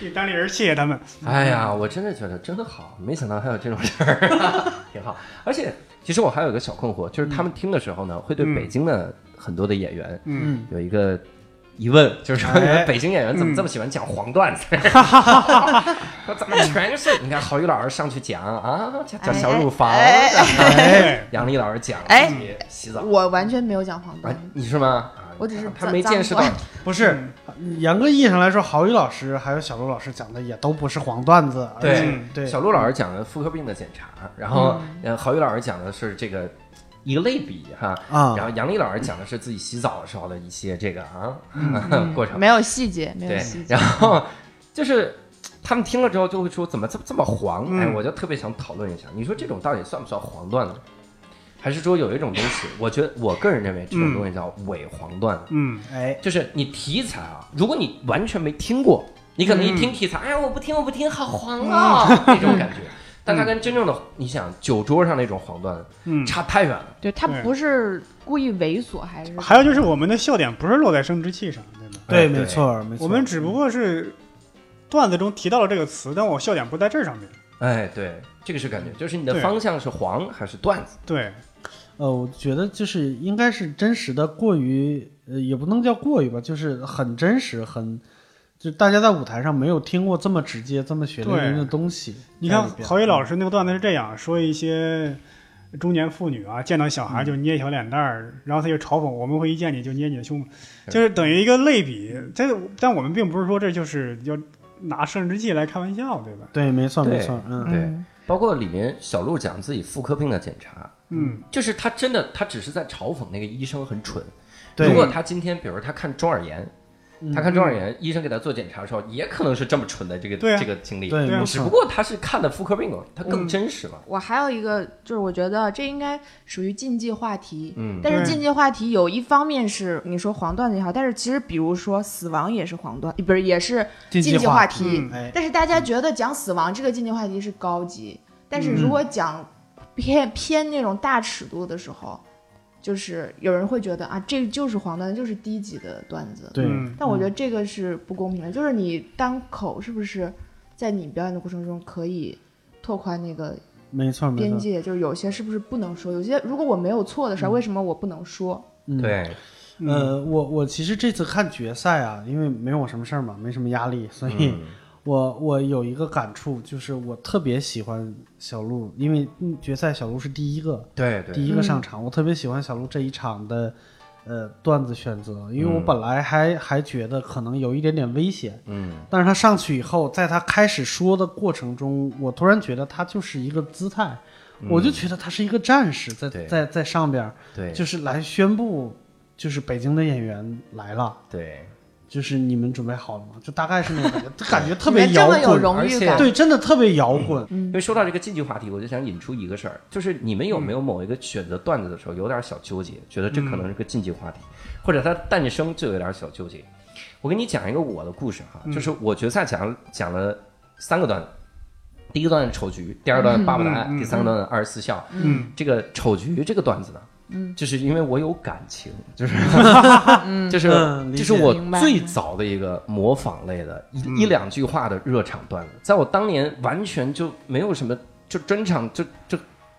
[SPEAKER 3] 替单立人谢谢他们。
[SPEAKER 1] 哎呀，我真的觉得真的好，没想到还有这种事儿，
[SPEAKER 4] (laughs)
[SPEAKER 1] 挺好。而且，其实我还有一个小困惑，就是他们听的时候呢，会对
[SPEAKER 3] 嗯
[SPEAKER 1] 北京的很多的演员
[SPEAKER 3] 嗯，
[SPEAKER 2] 嗯，
[SPEAKER 1] 有一个疑问，就是说，
[SPEAKER 3] 哎
[SPEAKER 1] 你们 (laughs) 北京演员怎么
[SPEAKER 3] 嗯
[SPEAKER 1] 这么喜欢讲黄段
[SPEAKER 4] (laughs)
[SPEAKER 1] 子？说怎么全是？你看郝宇老师上去讲啊，讲讲小乳房，
[SPEAKER 4] 哎哎
[SPEAKER 2] 嗯
[SPEAKER 3] 哎，
[SPEAKER 1] (laughs) 杨丽老师讲
[SPEAKER 4] 哎
[SPEAKER 1] 自己洗澡，
[SPEAKER 4] 我完全没有讲黄
[SPEAKER 1] 啊
[SPEAKER 4] 段，
[SPEAKER 1] 你是吗？啊
[SPEAKER 4] 我只是
[SPEAKER 1] 他没见识到
[SPEAKER 4] 脏话
[SPEAKER 2] 不是，严格意义上来说，郝宇老师还有小陆老师讲的也都不是黄段子，而
[SPEAKER 1] 对
[SPEAKER 2] 且对，
[SPEAKER 1] 小陆老师讲的妇科病的检查，然后
[SPEAKER 4] 嗯
[SPEAKER 1] 呃，郝宇老师讲的是这个一个类比哈，
[SPEAKER 2] 啊
[SPEAKER 1] 然后杨丽老师讲的是自己洗澡的时候的一些这个啊 (laughs)
[SPEAKER 2] 嗯
[SPEAKER 1] 过程，
[SPEAKER 4] 没有细节，没有
[SPEAKER 1] 对
[SPEAKER 4] 细，节
[SPEAKER 1] 然。后就是他们听了之后就会说怎么这么这么黄，哎，
[SPEAKER 3] 嗯
[SPEAKER 1] 我就特别想讨论一下，你说这种到底算不算黄段子？还是说有一种东西，我觉得我个人认为这
[SPEAKER 2] 嗯
[SPEAKER 1] 种东西叫伪黄段子，
[SPEAKER 3] 嗯
[SPEAKER 2] 哎，
[SPEAKER 1] 就是你题材啊，如果你
[SPEAKER 3] 嗯 (laughs)
[SPEAKER 1] 完全没听过，你可能一听题材，哎，我不听，我不听，好黄哦，那种感觉。但它跟真正的你想酒桌上那种黄段
[SPEAKER 3] 嗯，
[SPEAKER 1] 差太远了。
[SPEAKER 4] 对他
[SPEAKER 3] 对
[SPEAKER 4] 不是故意猥琐，还是
[SPEAKER 3] 嗯还有就是我们的笑点不是落在生殖器上，对吗？
[SPEAKER 1] 哎
[SPEAKER 2] 对，没，错，没错。
[SPEAKER 3] 我们只不过是段子中提到了这个词，但我笑点不在这上面。
[SPEAKER 1] 哎，对，这个是感觉，就是你的
[SPEAKER 3] 对
[SPEAKER 1] 方向是黄还是段子？
[SPEAKER 3] 对，
[SPEAKER 2] 呃，我觉得就是应该是真实的，过于呃也不能叫过于吧，就是很真实，很就大家在舞台上没有听过这么直接、这么血淋淋的东西。
[SPEAKER 3] 你看郝宇老
[SPEAKER 2] 师，
[SPEAKER 3] 师那个段子是这样说：一些中年妇女啊，见到小孩就捏小脸蛋儿，然后他就嘲讽我们会一见你就捏你的胸，
[SPEAKER 1] 对
[SPEAKER 3] 就是等于一个类比。这个但我们并不是说这就是要拿生殖器来开玩笑，对吧？
[SPEAKER 2] 对，没错，
[SPEAKER 1] 对
[SPEAKER 2] 没错，嗯，
[SPEAKER 1] 对
[SPEAKER 4] 嗯
[SPEAKER 1] 包括里面小鹿讲自己妇科病的检查，
[SPEAKER 3] 嗯，
[SPEAKER 1] 就是他真的，他只是在嘲讽那个医生很蠢。
[SPEAKER 2] 对
[SPEAKER 1] 如果他今天，比如他看中耳炎，
[SPEAKER 2] 嗯
[SPEAKER 1] 他看中耳炎，医生给他做检查的时候，也可能是这么蠢的这个
[SPEAKER 3] 对啊
[SPEAKER 1] 这个经历，
[SPEAKER 2] 对，
[SPEAKER 3] 对啊嗯
[SPEAKER 2] 没
[SPEAKER 1] 只不
[SPEAKER 2] 错，
[SPEAKER 1] 过他是看的妇科病了，他更真实了。
[SPEAKER 4] 我还有一个就是，我觉得这应该属于禁忌话题。
[SPEAKER 1] 嗯
[SPEAKER 4] 但是
[SPEAKER 3] 对
[SPEAKER 4] 禁忌话题有一方面是你说黄段子也好，但是其实比如说死亡也是黄段，不是也是
[SPEAKER 2] 禁
[SPEAKER 4] 忌话
[SPEAKER 2] 话，
[SPEAKER 4] 题。
[SPEAKER 3] 嗯
[SPEAKER 2] 哎，
[SPEAKER 4] 但是大家觉得讲死亡这个禁忌话题是高级，但是
[SPEAKER 3] 嗯
[SPEAKER 4] 如果讲偏偏那种大尺度的时候，就是有人会觉得啊，这就是黄段子，就是低级的段子。
[SPEAKER 2] 对，
[SPEAKER 3] 嗯
[SPEAKER 4] 但我觉得这个是不公平的，就是你单口是不是在你表演的过程中可以拓宽那个
[SPEAKER 2] 没错，
[SPEAKER 1] 啊
[SPEAKER 2] 没
[SPEAKER 4] 边
[SPEAKER 2] 错，
[SPEAKER 4] 界，就是有些是不是不能说，有些如果我没有错的事儿，
[SPEAKER 1] 嗯
[SPEAKER 4] 为什么我不能说？
[SPEAKER 2] 嗯，。
[SPEAKER 1] 对，
[SPEAKER 2] 呃，我我其实这次看决赛啊，因为没有我什么事儿嘛，没什么压力，所以、
[SPEAKER 1] 嗯
[SPEAKER 2] 我我有一个感触，就是我特别喜欢小鹿，因为嗯决赛小鹿是第一个，
[SPEAKER 1] 对
[SPEAKER 2] 第
[SPEAKER 1] 对，
[SPEAKER 2] 一个上场，我特别喜欢小鹿这一场的呃段子选择，因为我
[SPEAKER 1] 嗯
[SPEAKER 2] 本来还还觉得可能有一点点危险，
[SPEAKER 1] 嗯，
[SPEAKER 2] 但是他上去以后，在他开始说的过程中，我突然觉得他就是一个姿态，我就觉得他是一个战士，在
[SPEAKER 1] 嗯对
[SPEAKER 2] 在在上边儿
[SPEAKER 1] 对
[SPEAKER 2] 就是来宣布，就是北京的演员来了。
[SPEAKER 1] 对，
[SPEAKER 2] 就是你们准备好了吗？就大概是那种感觉，
[SPEAKER 1] (laughs)
[SPEAKER 2] 感觉特
[SPEAKER 4] 你
[SPEAKER 2] 别
[SPEAKER 4] 们这
[SPEAKER 2] 摇
[SPEAKER 4] 么有
[SPEAKER 2] 滚，
[SPEAKER 4] 荣啊誉感，
[SPEAKER 2] 对，真的特别摇滚。
[SPEAKER 1] 因为说到这个禁忌话题，我就想引出一个事儿，就是你们有没有某一个选择段子的时候有点小纠结，觉得这可能是个禁忌话题，或者它诞生就有点小纠结？我给你讲一个我的故事哈，就是我决赛讲讲了三个段子，第一个段子丑局，第二个段子爸爸的爱，
[SPEAKER 3] 嗯嗯
[SPEAKER 1] 第三个段子二十四孝。
[SPEAKER 3] 嗯，
[SPEAKER 1] 这个丑局这个段子呢，嗯，就是因为我有感情，就是、就是、
[SPEAKER 2] 嗯理
[SPEAKER 1] 这
[SPEAKER 2] 解
[SPEAKER 1] 是我
[SPEAKER 4] 明白
[SPEAKER 1] 最早的一个模仿类的一、
[SPEAKER 4] 嗯
[SPEAKER 1] 一两句话的热场段子，在我当年完全就没有什么，就专场就就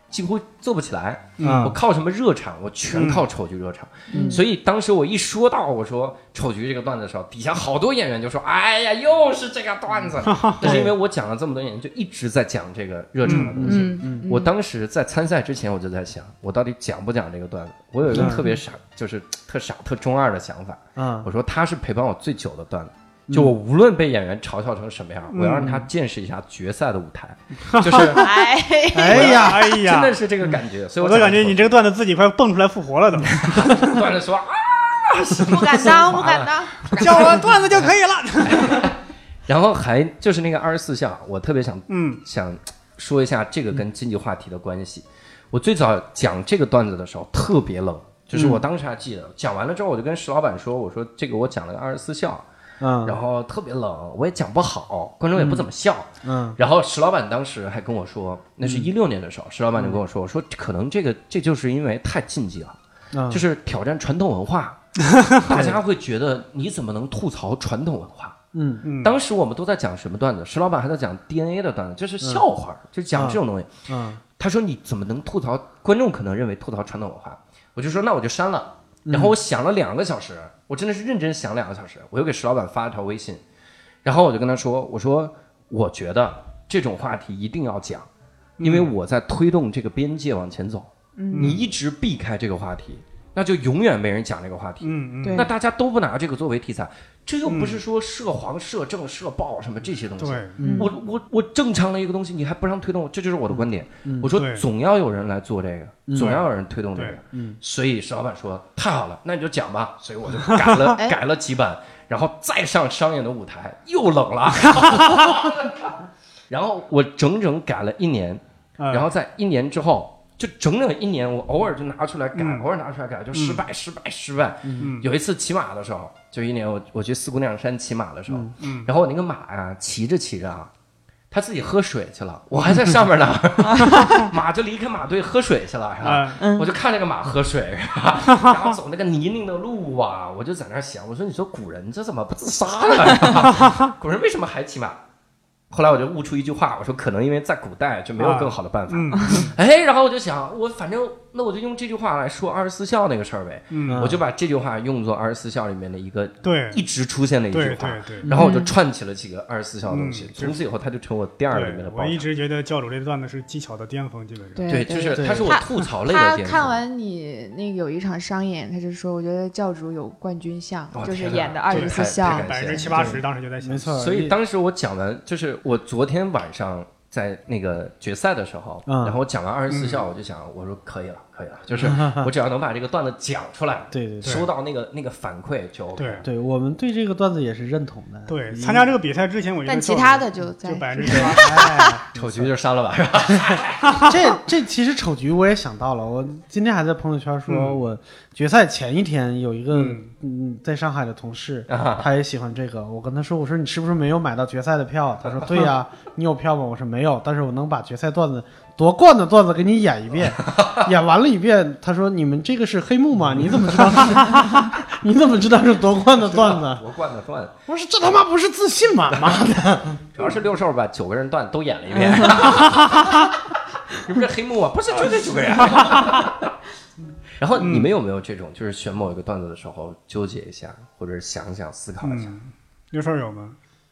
[SPEAKER 1] 几乎做不起来。我
[SPEAKER 2] 嗯，
[SPEAKER 1] 靠什么热场？我全靠丑剧热场。
[SPEAKER 4] 嗯
[SPEAKER 1] 所以当时我一说到我说丑剧这个段子的时候，底下好多演员就说：“哎呀，又是这个段
[SPEAKER 4] (laughs)
[SPEAKER 1] 子。”但是因为我讲了这么多年，就一直在讲这个热场的东西。
[SPEAKER 4] 嗯嗯，
[SPEAKER 1] 我当时在参赛之前，我就在想，我到底讲不讲这个段子？我有一个
[SPEAKER 2] 嗯
[SPEAKER 1] 特别傻，就是特傻、特中二的想法。
[SPEAKER 2] 嗯，
[SPEAKER 3] 啊
[SPEAKER 1] 我说他是陪伴我最久的段子，
[SPEAKER 3] 嗯
[SPEAKER 1] 就我无论被演员嘲笑成什么样，我要让他见识一下决赛的舞
[SPEAKER 3] (laughs)
[SPEAKER 1] 台，就是
[SPEAKER 4] (laughs) 哎， (laughs)
[SPEAKER 2] 哎呀，
[SPEAKER 3] 哎
[SPEAKER 1] 真
[SPEAKER 3] 呀
[SPEAKER 1] 的，是这个感觉。所以
[SPEAKER 3] 我
[SPEAKER 1] 就
[SPEAKER 3] 都感觉你这个段子自己快蹦出来复
[SPEAKER 1] (laughs)
[SPEAKER 3] 活了，都
[SPEAKER 1] 段子
[SPEAKER 3] (laughs)
[SPEAKER 1] 说啊，
[SPEAKER 4] 不敢当，不敢当，
[SPEAKER 3] 叫我段子就可以了。
[SPEAKER 1] 然后还就是那个二十四项，我特别想
[SPEAKER 3] 嗯
[SPEAKER 1] 想说一下这个跟经济话题的关系。我最早讲这个段子的时候特别冷，
[SPEAKER 3] 嗯
[SPEAKER 1] 就是我当时还记得，讲完了之后我就跟石老板说，我说这个我讲了个二十四孝，
[SPEAKER 2] 嗯
[SPEAKER 1] 然后特别冷，我也讲不好，观众也不怎么笑。
[SPEAKER 2] 嗯，
[SPEAKER 1] 然后石老板当时还跟我说，那是一六年的时候，石老板就跟我说，说可能这个这就是因为太禁忌了，
[SPEAKER 2] 嗯
[SPEAKER 1] 就是挑战传统文化，大家会觉得你怎么能吐槽传统文化？
[SPEAKER 2] 嗯
[SPEAKER 3] 嗯，
[SPEAKER 1] 当时我们都在讲什么段子？石老板还在讲 DNA 的段子，就是笑话儿，就讲这种东西。
[SPEAKER 2] 嗯
[SPEAKER 1] 他说你怎么能吐槽？观众可能认为吐槽传统文化，我就说那我就删了。
[SPEAKER 2] 嗯
[SPEAKER 1] 然后我想了两个小时，我真的是认真想两个小时，我又给石老板发了条微信，然后我就跟他说，我说我觉得这种话题一定要讲，因为我在推动这个边界往前走。你一直避开这个话题，那就永远没人讲这个话题。
[SPEAKER 3] 嗯嗯，
[SPEAKER 4] (laughs) 对
[SPEAKER 1] 那大家都不拿这个作为题材，这又不是说涉黄、涉政、涉暴什么这些东西。
[SPEAKER 3] 对，
[SPEAKER 4] 嗯
[SPEAKER 1] 我我我正常的一个东西，你还不让推动，这就是我的观点。我说
[SPEAKER 3] 对
[SPEAKER 1] 总要有人来做这个，总要有人推动这个
[SPEAKER 3] 对。
[SPEAKER 2] 嗯
[SPEAKER 1] 所以石老板说太好了，那你就讲吧。所以我就改了
[SPEAKER 4] 哎
[SPEAKER 1] 改了几版，然后再上商演的舞台又冷了， (laughs) 然后我整整改了一年，
[SPEAKER 3] 嗯
[SPEAKER 1] 然后在一年之后。就整整一年，我偶尔就拿出来改，
[SPEAKER 3] 嗯
[SPEAKER 1] 偶尔拿出来改，就失败，失败，失败。
[SPEAKER 3] 嗯
[SPEAKER 1] 有一次骑马的时候，就一年我我去四姑娘山骑马的时候，
[SPEAKER 3] 嗯
[SPEAKER 1] 然后我那个马呀、骑着骑着啊，他自己喝水去
[SPEAKER 3] 嗯
[SPEAKER 1] 了，我还在上
[SPEAKER 3] (laughs)
[SPEAKER 1] 面呢，马就离开马队喝水去了，是吧？
[SPEAKER 3] 啊，
[SPEAKER 4] 嗯
[SPEAKER 1] 我就看那个马喝水， (laughs) 是吧然后走那个泥泞的路啊，我就在那儿想，我说你说古人这怎么不自杀呢 (laughs) 是吧？古人为什么还骑马？后来我就悟出一句话，我说可能因为在古代就没有更好的办法。
[SPEAKER 3] 嗯
[SPEAKER 1] 哎，然后我就想，我反正那我就用这句话来说二十四孝那个事儿呗，
[SPEAKER 3] 嗯，
[SPEAKER 1] 我就把这句话用作二十四孝里面的一个
[SPEAKER 3] 对
[SPEAKER 1] 一直出现的一句
[SPEAKER 3] 对
[SPEAKER 1] 话
[SPEAKER 3] 对，对。
[SPEAKER 1] 然后我
[SPEAKER 4] 嗯
[SPEAKER 1] 就串起了几个二十四孝的东西
[SPEAKER 3] 嗯，
[SPEAKER 1] 从此以后它就成我第二里面
[SPEAKER 3] 对
[SPEAKER 1] 的，爆
[SPEAKER 3] 我一
[SPEAKER 1] 款。
[SPEAKER 3] 直觉得教主这段子是技巧的巅峰，基本上。
[SPEAKER 1] 对，
[SPEAKER 4] 对，
[SPEAKER 1] 就是
[SPEAKER 2] 对
[SPEAKER 1] 它是我
[SPEAKER 4] 他
[SPEAKER 1] 吐槽类的
[SPEAKER 4] 他
[SPEAKER 1] 电视。
[SPEAKER 4] 看完你那个有一场商演，他就说，我觉得教主有冠军相
[SPEAKER 1] 哦，
[SPEAKER 4] 就是
[SPEAKER 1] 天哪
[SPEAKER 4] 演的二
[SPEAKER 1] 这
[SPEAKER 4] 十
[SPEAKER 1] 个
[SPEAKER 4] 四
[SPEAKER 1] 太
[SPEAKER 4] 孝
[SPEAKER 1] 太感。
[SPEAKER 3] 百分
[SPEAKER 1] 谢
[SPEAKER 3] 之
[SPEAKER 1] 了
[SPEAKER 3] 七八十当时就在想，
[SPEAKER 2] 没错。
[SPEAKER 1] 所以当时我讲完，就是我昨天晚上在那个决赛的时候，
[SPEAKER 2] 嗯
[SPEAKER 1] 然后我讲完二十四
[SPEAKER 3] 嗯
[SPEAKER 1] 孝，我就想，我说可以了，可以了，就是我只要能把这个段子讲出来，
[SPEAKER 2] 对对对
[SPEAKER 1] 收到那个那个反馈就 OK。
[SPEAKER 3] 对
[SPEAKER 2] 对我们对这个段子也是认同的。
[SPEAKER 3] 对，
[SPEAKER 2] 嗯
[SPEAKER 3] 参加这个比赛之前，我觉得
[SPEAKER 4] 但其
[SPEAKER 3] 教主
[SPEAKER 4] 他的就在
[SPEAKER 3] 就百分之
[SPEAKER 2] 对，
[SPEAKER 3] 八，
[SPEAKER 2] 哎，
[SPEAKER 1] 丑局就删了吧，是吧？
[SPEAKER 2] 这这其实丑局我也想到了，我今天还在朋友圈说，
[SPEAKER 3] 嗯
[SPEAKER 2] 我决赛前一天有一个
[SPEAKER 3] 嗯
[SPEAKER 2] 嗯在上海的同事，
[SPEAKER 1] 啊
[SPEAKER 2] 他也喜欢这个，我跟他说，我说你是不是没有买到决赛的票？他说对呀、你有票吗？我说没有，但是我能把决赛段子夺冠的段子给你演一遍，演完了一遍，他说你们这个是黑幕吗？你怎么知道是？你怎么知道是 (laughs) 夺冠的段
[SPEAKER 3] 嗯
[SPEAKER 2] 子？
[SPEAKER 1] 夺冠的段，
[SPEAKER 2] 我说这他妈不是自信吗？妈的！
[SPEAKER 1] 主要是六兽把九个人段都演了一遍。
[SPEAKER 3] 嗯
[SPEAKER 1] (laughs) 你不是黑幕啊？不是，就这九个
[SPEAKER 3] (laughs)
[SPEAKER 1] 人。然后你们有没有这种，就是选某一个段子的时候纠结一下，或者是想想、思考一下？
[SPEAKER 3] 嗯，六兽有吗？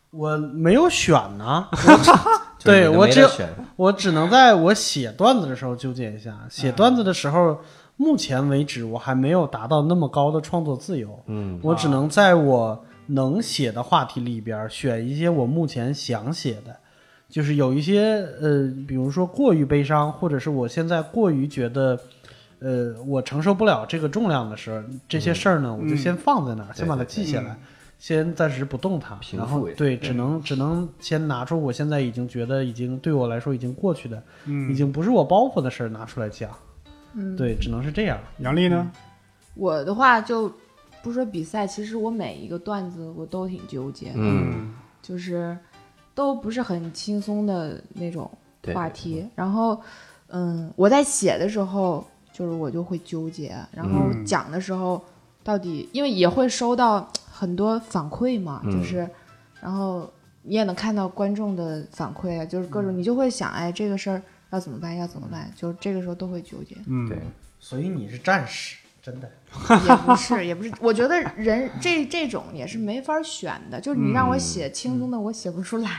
[SPEAKER 2] 我没有选呢、
[SPEAKER 3] 嗯
[SPEAKER 1] 就是你
[SPEAKER 2] 对
[SPEAKER 1] 都
[SPEAKER 2] 我
[SPEAKER 1] 没
[SPEAKER 2] 只
[SPEAKER 1] 得
[SPEAKER 2] 有
[SPEAKER 1] 选
[SPEAKER 2] 我只能在我写段子的时候纠结一下。写段子的时候，目前为止我还没有达到那么高的创作自由，
[SPEAKER 1] 嗯，
[SPEAKER 2] 我只能在我能写的话题里边儿选一些我目前想写的，就是有一些呃，比如说过于悲伤，或者是我现在过于觉得。呃，我承受不了这个重量的时候，这些事儿呢，我就
[SPEAKER 3] 嗯
[SPEAKER 2] 先放在那儿，先把它
[SPEAKER 1] 对对
[SPEAKER 2] 记下来。
[SPEAKER 3] 嗯
[SPEAKER 2] 先暂时不动它，
[SPEAKER 1] 平
[SPEAKER 2] 然
[SPEAKER 1] 复
[SPEAKER 2] 后
[SPEAKER 1] 一下
[SPEAKER 2] 对，只能只能先拿出我现在已经觉得已经对我来说已经过去的，已
[SPEAKER 3] 嗯，
[SPEAKER 2] 经不是我包袱的事儿拿出来讲，
[SPEAKER 4] 嗯，
[SPEAKER 2] 对，只能是这样。
[SPEAKER 3] 杨丽呢？
[SPEAKER 4] 我的话就不说比赛，其实我每一个段子我都挺纠结的，
[SPEAKER 1] 嗯，
[SPEAKER 4] 就是都不是很轻松的那种
[SPEAKER 1] 对
[SPEAKER 4] 话题。然后，嗯，我在写的时候，就是我就会纠结，然后
[SPEAKER 3] 嗯
[SPEAKER 4] 讲的时候，到底因为也会收到很多反馈嘛，
[SPEAKER 1] 嗯
[SPEAKER 4] 就是，然后你也能看到观众的反馈啊，就是
[SPEAKER 1] 嗯
[SPEAKER 4] 各种，你就会想，哎，这个事儿要怎么办？要怎么办？就这个时候都会纠结。
[SPEAKER 3] 嗯，
[SPEAKER 1] 对，
[SPEAKER 2] 所以你是战士，真的。
[SPEAKER 4] (laughs) 也不是，也不是，我觉得人这这种也是没法选的，就是你让我写轻松的，我写不出来，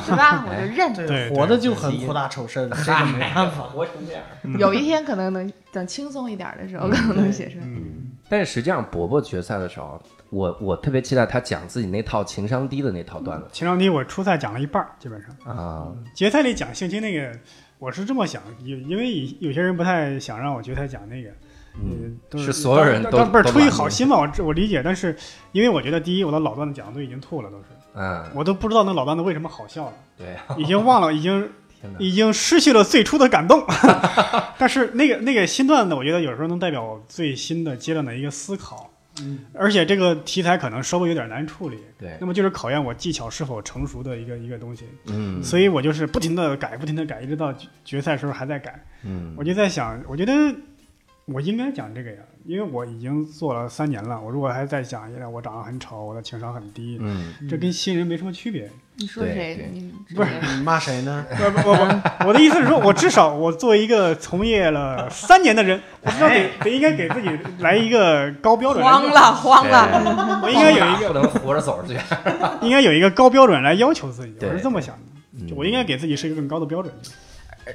[SPEAKER 4] 是吧？我就认。
[SPEAKER 3] 对
[SPEAKER 2] 活的就
[SPEAKER 1] 对
[SPEAKER 2] 很
[SPEAKER 1] 对
[SPEAKER 2] 苦大仇深，这个没办法。
[SPEAKER 1] 活成这
[SPEAKER 2] (laughs)
[SPEAKER 1] 样。
[SPEAKER 4] 有一天可能能等轻松一点的时候，可能能写出来。
[SPEAKER 3] 嗯，
[SPEAKER 1] 但是实际上，伯伯决赛的时候，我我特别期待他讲自己那套情商低的那套段子
[SPEAKER 3] 情商低，我初赛讲了一半儿，基本上
[SPEAKER 1] 啊，
[SPEAKER 3] 决赛里讲性侵那个，我是这么想，有因为有些人不太想让我决赛讲那个，
[SPEAKER 1] 嗯，
[SPEAKER 3] 嗯，都
[SPEAKER 1] 是所有人都
[SPEAKER 3] 但但不是
[SPEAKER 1] 都
[SPEAKER 3] 出于
[SPEAKER 1] 拦
[SPEAKER 3] 好
[SPEAKER 1] 你
[SPEAKER 3] 心嘛，我我理解，但是因为我觉得第一，我的老段子讲的都已经吐了，都是
[SPEAKER 1] 嗯，
[SPEAKER 3] 我都不知道那老段子为什么好笑了，
[SPEAKER 1] 对，
[SPEAKER 3] (laughs) 已经忘了，已经
[SPEAKER 1] 天哪，
[SPEAKER 3] 已经失去了最初的感动。 (laughs) 但是那个那个新段子，我觉得有时候能代表我最新的阶段的一个思考，
[SPEAKER 2] 嗯，
[SPEAKER 3] 而且这个题材可能稍微有点难处理，
[SPEAKER 1] 对，
[SPEAKER 3] 那么就是考验我技巧是否成熟的一个一个东西。
[SPEAKER 1] 嗯
[SPEAKER 3] 所以我就是不停的改，不停的改，一直到决决赛时候还在改。
[SPEAKER 1] 嗯
[SPEAKER 3] 我就在想，我觉得我应该讲这个呀，因为我已经做了三年了。我如果还在讲，原来我长得很丑，我的情商很低，
[SPEAKER 1] 嗯，
[SPEAKER 3] 这跟新人没什么区别。
[SPEAKER 4] 你说
[SPEAKER 1] 对
[SPEAKER 4] 谁
[SPEAKER 1] 对？
[SPEAKER 4] 你
[SPEAKER 3] 不是
[SPEAKER 2] 你骂谁呢？
[SPEAKER 3] 我我我的意思是说，我至少我作为一个从业了三年的人，我至少得得应该给自己来一个高标准，
[SPEAKER 4] 慌
[SPEAKER 3] (laughs)
[SPEAKER 4] 了，慌了。
[SPEAKER 1] 了，
[SPEAKER 3] 我应该有一
[SPEAKER 1] 个不能活着走出去，
[SPEAKER 3] 应该有一个高标准来要求自己。
[SPEAKER 1] 对
[SPEAKER 3] 我是这么想的，
[SPEAKER 1] 嗯
[SPEAKER 3] (laughs) 就我应该给自己设一个更高的标准。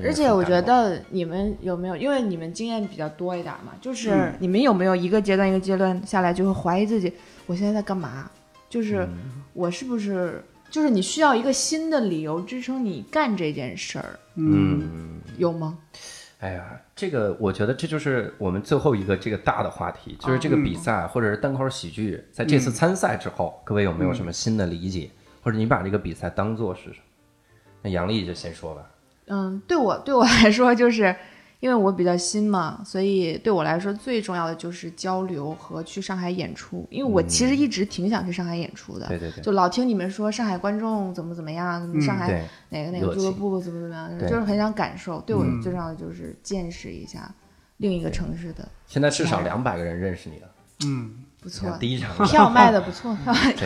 [SPEAKER 4] 而且我觉得你们有没有，因为你们经验比较多一点嘛，就是你们有没有一个阶段一个阶段下来就会怀疑自己，我现在在干嘛？就是我是不是？就是你需要一个新的理由支撑你干这件事儿，
[SPEAKER 3] 嗯
[SPEAKER 1] 嗯，
[SPEAKER 4] 有吗？
[SPEAKER 1] 哎呀，这个我觉得这就是我们最后一个这个大的话题，就是这个比赛或者是单口喜剧，在这次参赛之后，各位有没有什么新的理解，或者你把这个比赛当做是什么？那杨丽就先说吧，
[SPEAKER 4] 嗯，对我对我来说，就是因为我比较新嘛，所以对我来说最重要的就是交流和去上海演出，因为我其实一直挺想去上海演出的，
[SPEAKER 1] 嗯对对对
[SPEAKER 4] 就老听你们说上海观众怎么怎么样，
[SPEAKER 3] 嗯
[SPEAKER 4] 上海
[SPEAKER 1] 对，
[SPEAKER 4] 哪个哪个
[SPEAKER 1] 热
[SPEAKER 4] 俱乐
[SPEAKER 1] 情
[SPEAKER 4] 部怎么怎么样，
[SPEAKER 1] 对
[SPEAKER 4] 就是很想感受。对我
[SPEAKER 3] 嗯
[SPEAKER 4] 最重要的就是见识一下另一个城市的，
[SPEAKER 1] 现在至少两百个人认识你了，
[SPEAKER 3] 嗯
[SPEAKER 4] 不
[SPEAKER 1] 你看
[SPEAKER 4] 错，
[SPEAKER 1] 第一
[SPEAKER 4] (laughs)
[SPEAKER 1] 场
[SPEAKER 4] 票卖的不
[SPEAKER 1] (laughs)
[SPEAKER 4] 错，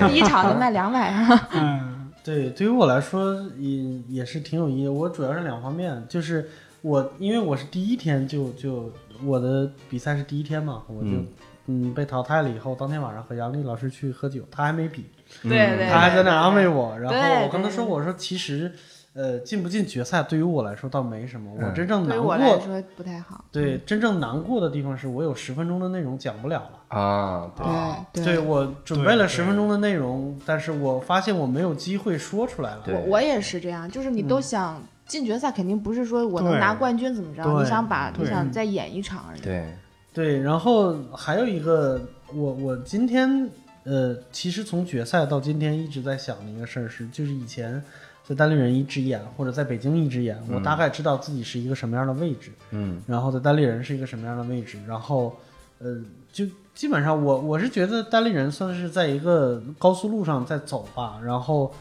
[SPEAKER 4] 第一场能卖两百
[SPEAKER 3] (laughs)
[SPEAKER 4] 啊，
[SPEAKER 3] 嗯
[SPEAKER 2] (laughs) 对，对于我来说也也是挺有意义的。我主要是两方面，就是我因为我是第一天就就我的比赛是第一天嘛，我就
[SPEAKER 1] 嗯
[SPEAKER 2] 嗯被淘汰了以后，当天晚上和杨丽老师去喝酒，她还没比，
[SPEAKER 1] 嗯
[SPEAKER 4] 对对
[SPEAKER 2] 她还在那安慰我，然
[SPEAKER 4] 对
[SPEAKER 2] 后我跟她
[SPEAKER 4] 对
[SPEAKER 2] 说，我说其实呃进不进决赛对于我来说倒没什么，我
[SPEAKER 1] 嗯
[SPEAKER 2] 真正
[SPEAKER 4] 对于
[SPEAKER 2] 难
[SPEAKER 4] 我来
[SPEAKER 2] 过，
[SPEAKER 4] 说嗯不太好。
[SPEAKER 2] 对真正难过的地方是我有十分钟的内容讲不了了。
[SPEAKER 1] 啊，对
[SPEAKER 3] 啊
[SPEAKER 4] 对
[SPEAKER 2] 对
[SPEAKER 4] 对，
[SPEAKER 2] 我准备了
[SPEAKER 3] 对
[SPEAKER 2] 十分钟的内容，但是我发现我没有机会说出来了。
[SPEAKER 1] 对
[SPEAKER 4] 我我也是这样，就是你都想进决赛，肯定不是说我能
[SPEAKER 3] 对
[SPEAKER 4] 拿冠军怎么着，
[SPEAKER 2] 对
[SPEAKER 4] 你想把你
[SPEAKER 3] 对
[SPEAKER 4] 想再演一场而已。嗯
[SPEAKER 1] 对，
[SPEAKER 2] 对，然后还有一个，我我今天呃，其实从决赛到今天一直在想的一个事儿是，就是以前在单立人一直演或者在北京一直演，
[SPEAKER 3] 嗯
[SPEAKER 2] 我大概知道自己是一个什么样的位置，
[SPEAKER 1] 嗯，
[SPEAKER 2] 然后在单立人是一个什么样的位置，然后呃，就基本上我我是觉得单立人算是在一个高速路上在走吧，然后。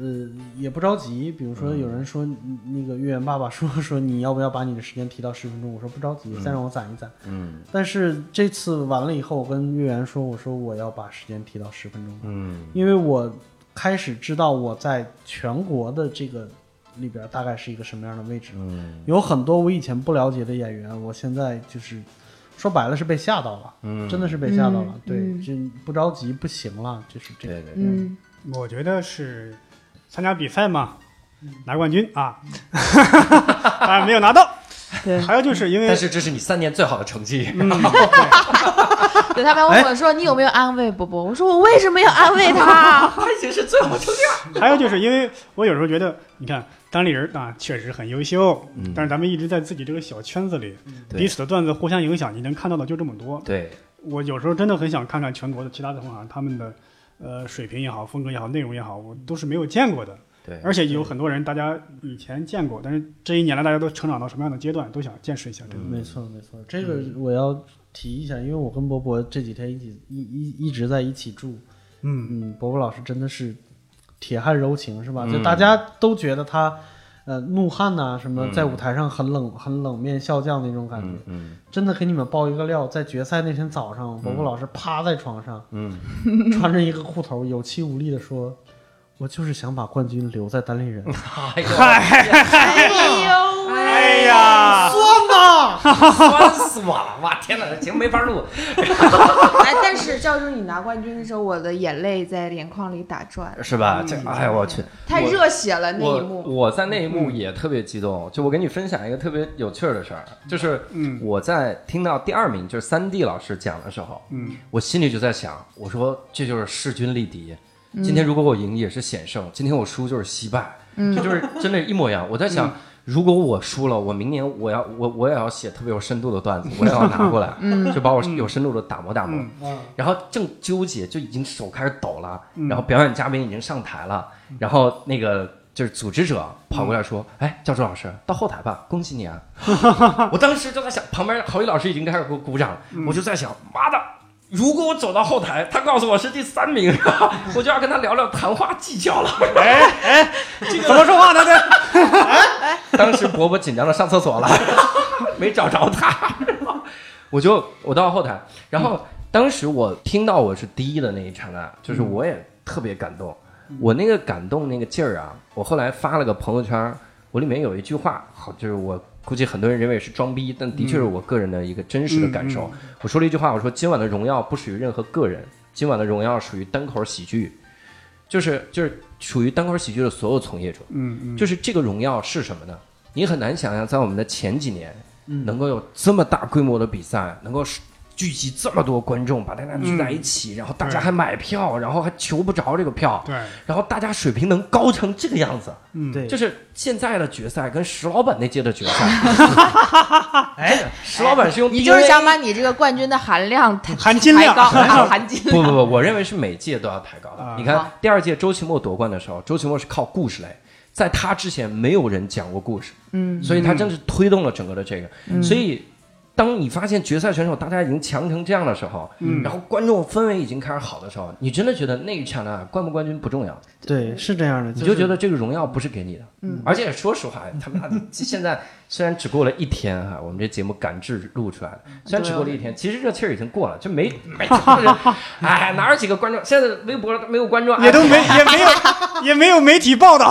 [SPEAKER 2] 呃，也不着急。比如说，有人说、那个月圆爸 (laughs) 爸说说你要不要把你的时间提到十分钟，我说不着急，再让我攒一攒。
[SPEAKER 1] 嗯
[SPEAKER 2] 但是这次完了以后，我跟月圆说，我说我要把时间提到十分钟，
[SPEAKER 1] 嗯
[SPEAKER 2] 因为我开始知道我在全国的这个里边大概是一个什么样的位置，
[SPEAKER 1] 嗯
[SPEAKER 2] 有很多我以前不了解的演员，我现在就是说白了是被吓到了，
[SPEAKER 1] 嗯，
[SPEAKER 2] 真的是被吓到了
[SPEAKER 4] 嗯，
[SPEAKER 2] 对，
[SPEAKER 4] 嗯
[SPEAKER 2] 这不着急不行了，就是这
[SPEAKER 1] 对
[SPEAKER 2] 个，
[SPEAKER 1] 对对，
[SPEAKER 4] 嗯，
[SPEAKER 3] 我觉得是参加比赛嘛，拿冠军啊，当然没有拿到。
[SPEAKER 4] 对，
[SPEAKER 3] 还有就是因为
[SPEAKER 1] 但是这是你三年最好的成绩，
[SPEAKER 3] 嗯，对
[SPEAKER 4] 对他们还问我说：“你有没有安慰波波？”我说：“我为什么要安慰他
[SPEAKER 1] 他已经是最好的成绩了。
[SPEAKER 3] 还有就是因为我有时候觉得，你看当地人啊，确实很优秀，
[SPEAKER 1] 嗯
[SPEAKER 3] 但是咱们一直在自己这个小圈子里，
[SPEAKER 1] 对
[SPEAKER 3] 彼此的段子互相影响，你能看到的就这么多。
[SPEAKER 1] 对，
[SPEAKER 3] 我有时候真的很想看看全国的其他的同行，他们的呃水平也好，风格也好，内容也好，我都是没有见过的。
[SPEAKER 1] 对
[SPEAKER 3] 而且有很多人大家以前见过，但是这一年来大家都成长到什么样的阶段，都想见识一下。
[SPEAKER 1] 嗯
[SPEAKER 3] 真的，
[SPEAKER 2] 没错没错，这个我要提一下，因为我跟博博这几天一起一一一直在一起住，
[SPEAKER 3] 嗯，
[SPEAKER 2] 嗯，伯伯老师真的是铁汉柔情是吧？
[SPEAKER 1] 嗯
[SPEAKER 2] 就大家都觉得他，呃，怒汉呐、什么
[SPEAKER 1] 嗯，
[SPEAKER 2] 在舞台上很冷、很冷面笑匠那种感觉，
[SPEAKER 1] 嗯嗯
[SPEAKER 2] 真的给你们爆一个料，在决赛那天早上，伯伯老师趴在床上，
[SPEAKER 1] 嗯，
[SPEAKER 2] 穿着一个裤头，有气无力的说：“我就是想把冠军留在单立人。
[SPEAKER 1] 哎呦，？”
[SPEAKER 4] (laughs) 哎呦喂！
[SPEAKER 3] 哎呀，
[SPEAKER 1] 酸死我了！哇，天哪，节目没法录。
[SPEAKER 4] 哎，但是教主，你拿冠军的时候，我的眼泪在眼眶里打转，
[SPEAKER 1] 是吧？这，哎呀，我去，
[SPEAKER 4] 太
[SPEAKER 1] 我
[SPEAKER 4] 热血了那一
[SPEAKER 1] 我
[SPEAKER 4] 幕。
[SPEAKER 1] 我在那一幕也特别激动，就我给你分享一个特别有趣儿的事儿，就是
[SPEAKER 3] 嗯
[SPEAKER 1] 我在听到第二名就是三 D 老师讲的时候，
[SPEAKER 3] 嗯，
[SPEAKER 1] 我心里就在想，我说这就是势均力敌。
[SPEAKER 4] 嗯
[SPEAKER 1] 今天如果我赢也是险胜，今天我输就是惜败，
[SPEAKER 4] 嗯
[SPEAKER 1] 这就是真的，一模一样。我在想，如果我输了，我明年我要我我也要写特别有深度的段子，我也要拿过来，
[SPEAKER 4] 嗯
[SPEAKER 1] 就把我有深度的打磨打磨。然后正纠结，就已经手开始抖了，
[SPEAKER 3] 嗯
[SPEAKER 1] 然后表演嘉宾已经上台了，然后那个就是组织者跑过来说：“哎，教授老师到后台吧，恭喜你
[SPEAKER 3] (laughs)
[SPEAKER 1] 啊！”我当时就在想，旁边郝宇老师已经开始给我鼓掌了，
[SPEAKER 3] 嗯
[SPEAKER 1] 我就在想，妈的。如果我走到后台，他告诉我是第三名， (laughs) 我就要跟他聊聊谈话技巧了。
[SPEAKER 3] 哎哎，怎么说话呢？这
[SPEAKER 1] 当时伯伯紧张的上厕所了，没找着他，我就我到后台，然后当时我听到我是第一的那一刹那，就是我也特别感动，我那个感动那个劲儿啊，我后来发了个朋友圈，我里面有一句话，好，就是我估计很多人认为是装逼，但的确是我个人的一个真实的感受。我说了一句话，我说今晚的荣耀不属于任何个人，今晚的荣耀属于单口喜剧，就是就是属于单口喜剧的所有从业者。
[SPEAKER 3] 嗯嗯，
[SPEAKER 1] 就是这个荣耀是什么呢？你很难想象，在我们的前几年，能够有这么大规模的比赛，能够聚集这么多观众，把大家聚在一起，然后大家还买票，然后还求不着这个票，
[SPEAKER 3] 对，
[SPEAKER 1] 然后大家水平能高成这个样子，
[SPEAKER 3] 嗯，
[SPEAKER 2] 对，
[SPEAKER 1] 就是现在的决赛跟石老板那届的决赛，
[SPEAKER 2] 哎，
[SPEAKER 1] (laughs) 石老板是用
[SPEAKER 4] 你就是
[SPEAKER 1] DNA
[SPEAKER 4] 想把你这个冠军的含量抬
[SPEAKER 3] 含金量
[SPEAKER 4] 抬高，啊含金量
[SPEAKER 1] 不不不，我认为是每届都要抬高的
[SPEAKER 3] 啊。
[SPEAKER 1] 你看
[SPEAKER 4] 好
[SPEAKER 1] 第二届周奇墨夺冠的时候，周奇墨是靠故事来，在他之前没有人讲过故事，
[SPEAKER 4] 嗯，
[SPEAKER 1] 所以他真是推动了整个的这个。
[SPEAKER 4] 嗯
[SPEAKER 1] 所以，当你发现决赛选手大家已经强成这样的时候，
[SPEAKER 3] 嗯
[SPEAKER 1] 然后观众氛围已经开始好的时候，你真的觉得那一刹那冠不冠军不重要，
[SPEAKER 2] 对，是这样的，
[SPEAKER 1] 你就是觉得这个荣耀不是给你的。
[SPEAKER 4] 嗯
[SPEAKER 1] 而且说实话， (laughs) 他妈的现在虽然只过了一天哈、我们这节目赶制录出来了，
[SPEAKER 4] 嗯
[SPEAKER 1] 虽然只过了一
[SPEAKER 4] 啊
[SPEAKER 1] 天，其实热气儿已经过了，就没 (laughs) 没多少人哎，哪有几个观众？现在微博没有观众，哎
[SPEAKER 3] (laughs) 也都没也没有也没有媒体报道，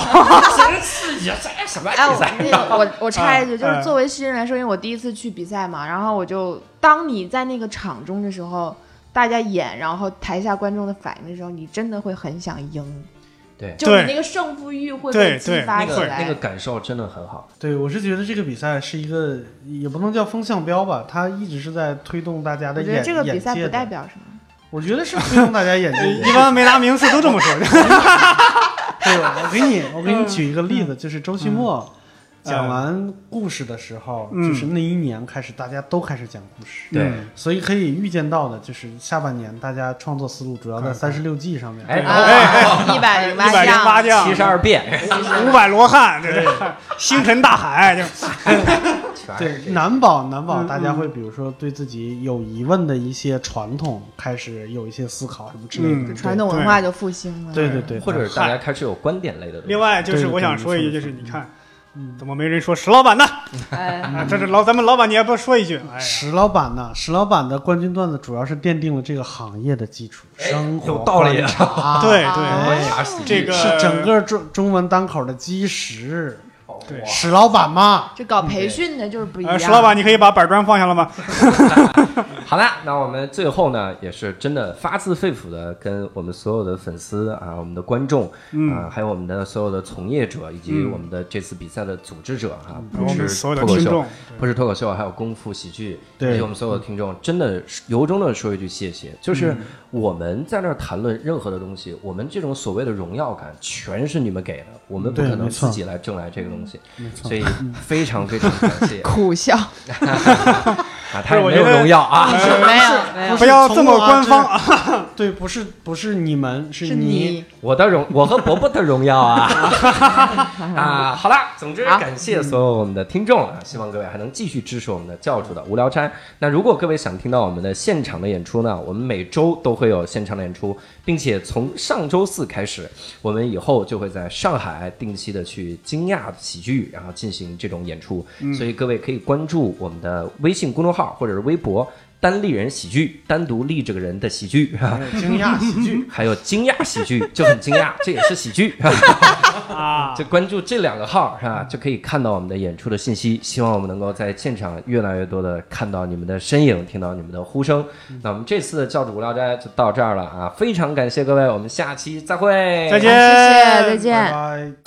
[SPEAKER 1] 真是也这什么比
[SPEAKER 4] 哎，我
[SPEAKER 1] 赛？
[SPEAKER 4] 那个我我插一句，
[SPEAKER 3] 嗯
[SPEAKER 4] 就是作为新人来说，因为我第一次去比赛嘛，然后我就当你在那个场中的时候，大家演，然后台下观众的反应的时候，你真的会很想赢，
[SPEAKER 1] 对
[SPEAKER 4] 就是
[SPEAKER 3] 对
[SPEAKER 4] 你那个胜负欲会被
[SPEAKER 3] 对
[SPEAKER 4] 激发
[SPEAKER 1] 那
[SPEAKER 4] 起
[SPEAKER 1] 个
[SPEAKER 4] 来。
[SPEAKER 1] 那个感受真的很好，
[SPEAKER 2] 对，我是觉得这个比赛是一个，也不能叫风向标吧，它一直是在推动大家的
[SPEAKER 4] 我觉得
[SPEAKER 2] 眼
[SPEAKER 4] 这个比赛
[SPEAKER 2] 眼界
[SPEAKER 4] 不
[SPEAKER 2] 的
[SPEAKER 4] 代表什么，
[SPEAKER 2] 我觉得是推动大家眼界。
[SPEAKER 3] (laughs) 一般没拿名次都这么说的。
[SPEAKER 2] (laughs) 对，我给你，我给你举一个例子，就是周奇墨讲
[SPEAKER 3] 嗯
[SPEAKER 2] 完故事的时候，
[SPEAKER 3] 嗯
[SPEAKER 2] 就是那一年开始，大家都开始讲故事，
[SPEAKER 1] 对
[SPEAKER 3] 嗯
[SPEAKER 2] 所以可以预见到的，就是下半年大家创作思路主要在三十六计上面。
[SPEAKER 1] 哎，
[SPEAKER 4] 啊， (laughs)
[SPEAKER 3] (laughs)
[SPEAKER 4] 一百零
[SPEAKER 3] 哎一百零八
[SPEAKER 4] 项，
[SPEAKER 3] 将，
[SPEAKER 1] 七十二
[SPEAKER 4] 哎
[SPEAKER 1] 变，
[SPEAKER 3] 五百罗汉，对对，星辰大海，就
[SPEAKER 2] 对，难保难保
[SPEAKER 3] 哎嗯
[SPEAKER 2] 大家会，比如说对自己有疑问的一些传统开始有一些思考什么之类的
[SPEAKER 3] 嗯
[SPEAKER 2] 对
[SPEAKER 4] 传统文化就复兴了。
[SPEAKER 2] 对对对，哎
[SPEAKER 1] 或者是大家开始有观点类的东西。
[SPEAKER 3] 另外就
[SPEAKER 2] 对
[SPEAKER 3] 是
[SPEAKER 2] 对
[SPEAKER 3] 我想
[SPEAKER 2] 对
[SPEAKER 3] 说一句，
[SPEAKER 2] 没错
[SPEAKER 3] 就是
[SPEAKER 2] 没
[SPEAKER 3] 你
[SPEAKER 2] 错
[SPEAKER 3] 看，
[SPEAKER 2] 嗯
[SPEAKER 3] 怎么没人说石老板呢？
[SPEAKER 4] 哎，
[SPEAKER 3] 啊，这是老咱们老板，你还不说一句？哎呀，
[SPEAKER 2] 石老板呢？石老板的冠军段子主要是奠定了这个行业的基础，
[SPEAKER 3] 哎
[SPEAKER 2] 生活
[SPEAKER 1] 有道理
[SPEAKER 2] 观察
[SPEAKER 3] (laughs) (laughs) 对
[SPEAKER 4] 啊
[SPEAKER 3] 对，
[SPEAKER 1] 观察喜剧
[SPEAKER 3] 哎这个
[SPEAKER 2] 是整个中中文单口的基石。
[SPEAKER 3] 对
[SPEAKER 1] 哇
[SPEAKER 2] 石老板嘛，
[SPEAKER 4] 这
[SPEAKER 1] 嗯
[SPEAKER 4] 搞培训的就是不一样。
[SPEAKER 3] 呃，石老板，你可以把板砖放下了吗？
[SPEAKER 1] 好啦，那我们最后呢，也是真的发自肺腑的跟我们所有的粉丝啊，我们的观众啊、
[SPEAKER 3] 嗯
[SPEAKER 1] 还有我们的所有的从业者以及我们的这次比赛的组织者啊，
[SPEAKER 3] 嗯
[SPEAKER 1] 不
[SPEAKER 3] 我们
[SPEAKER 1] 是
[SPEAKER 3] 所有的
[SPEAKER 1] 脱口
[SPEAKER 3] 听
[SPEAKER 1] 秀
[SPEAKER 3] 众，
[SPEAKER 1] 不是脱口秀，还有功夫喜剧，
[SPEAKER 2] 对
[SPEAKER 1] 以及我们所有的听众，真的是由衷的说一句谢谢。就是
[SPEAKER 3] 嗯
[SPEAKER 1] 我们在那儿谈论任何的东西，我们这种所谓的荣耀感，全是你们给的，我们不
[SPEAKER 2] 对
[SPEAKER 1] 可能
[SPEAKER 2] 没错
[SPEAKER 1] 自己来挣来这个东西，
[SPEAKER 2] 没错
[SPEAKER 1] 所
[SPEAKER 3] (laughs)
[SPEAKER 1] 以非常非常感谢
[SPEAKER 4] 苦笑，
[SPEAKER 1] 啊，他也
[SPEAKER 3] 我
[SPEAKER 1] 没
[SPEAKER 3] 觉
[SPEAKER 1] 有
[SPEAKER 3] 得
[SPEAKER 1] 荣耀啊。
[SPEAKER 3] 呃
[SPEAKER 4] (laughs) 没有没有，
[SPEAKER 3] 不要这么官方啊！
[SPEAKER 2] (laughs) 对，不是不是你们，是
[SPEAKER 4] 是你。
[SPEAKER 1] 我的荣，我和伯伯的荣耀啊！啊，好啦，总之
[SPEAKER 4] 好
[SPEAKER 1] 感谢所有我们的听众啊，希望各位还能继续支持我们的教主的无聊斋。那如果各位想听到我们的现场的演出呢，我们每周都会有现场的演出，并且从上周四开始，我们以后就会在上海定期的去惊讶喜剧，然后进行这种演出。所以各位可以关注我们的微信公众号或者是微博。单立人喜剧，单独立这个人的喜剧，哈、
[SPEAKER 2] 还有惊讶喜
[SPEAKER 1] (laughs)
[SPEAKER 2] 剧，
[SPEAKER 1] 还有惊讶喜剧，就很惊讶，这也是喜剧，
[SPEAKER 3] (laughs) 啊
[SPEAKER 1] 就关注这两个号是吧？就可以看到我们的演出的信息。希望我们能够在现场越来越多的看到你们的身影，听到你们的呼声。那我们这次的教主无聊斋就到这儿了啊！非常感谢各位，我们下期再会，
[SPEAKER 3] 再见，
[SPEAKER 4] 谢谢再见
[SPEAKER 2] 拜拜。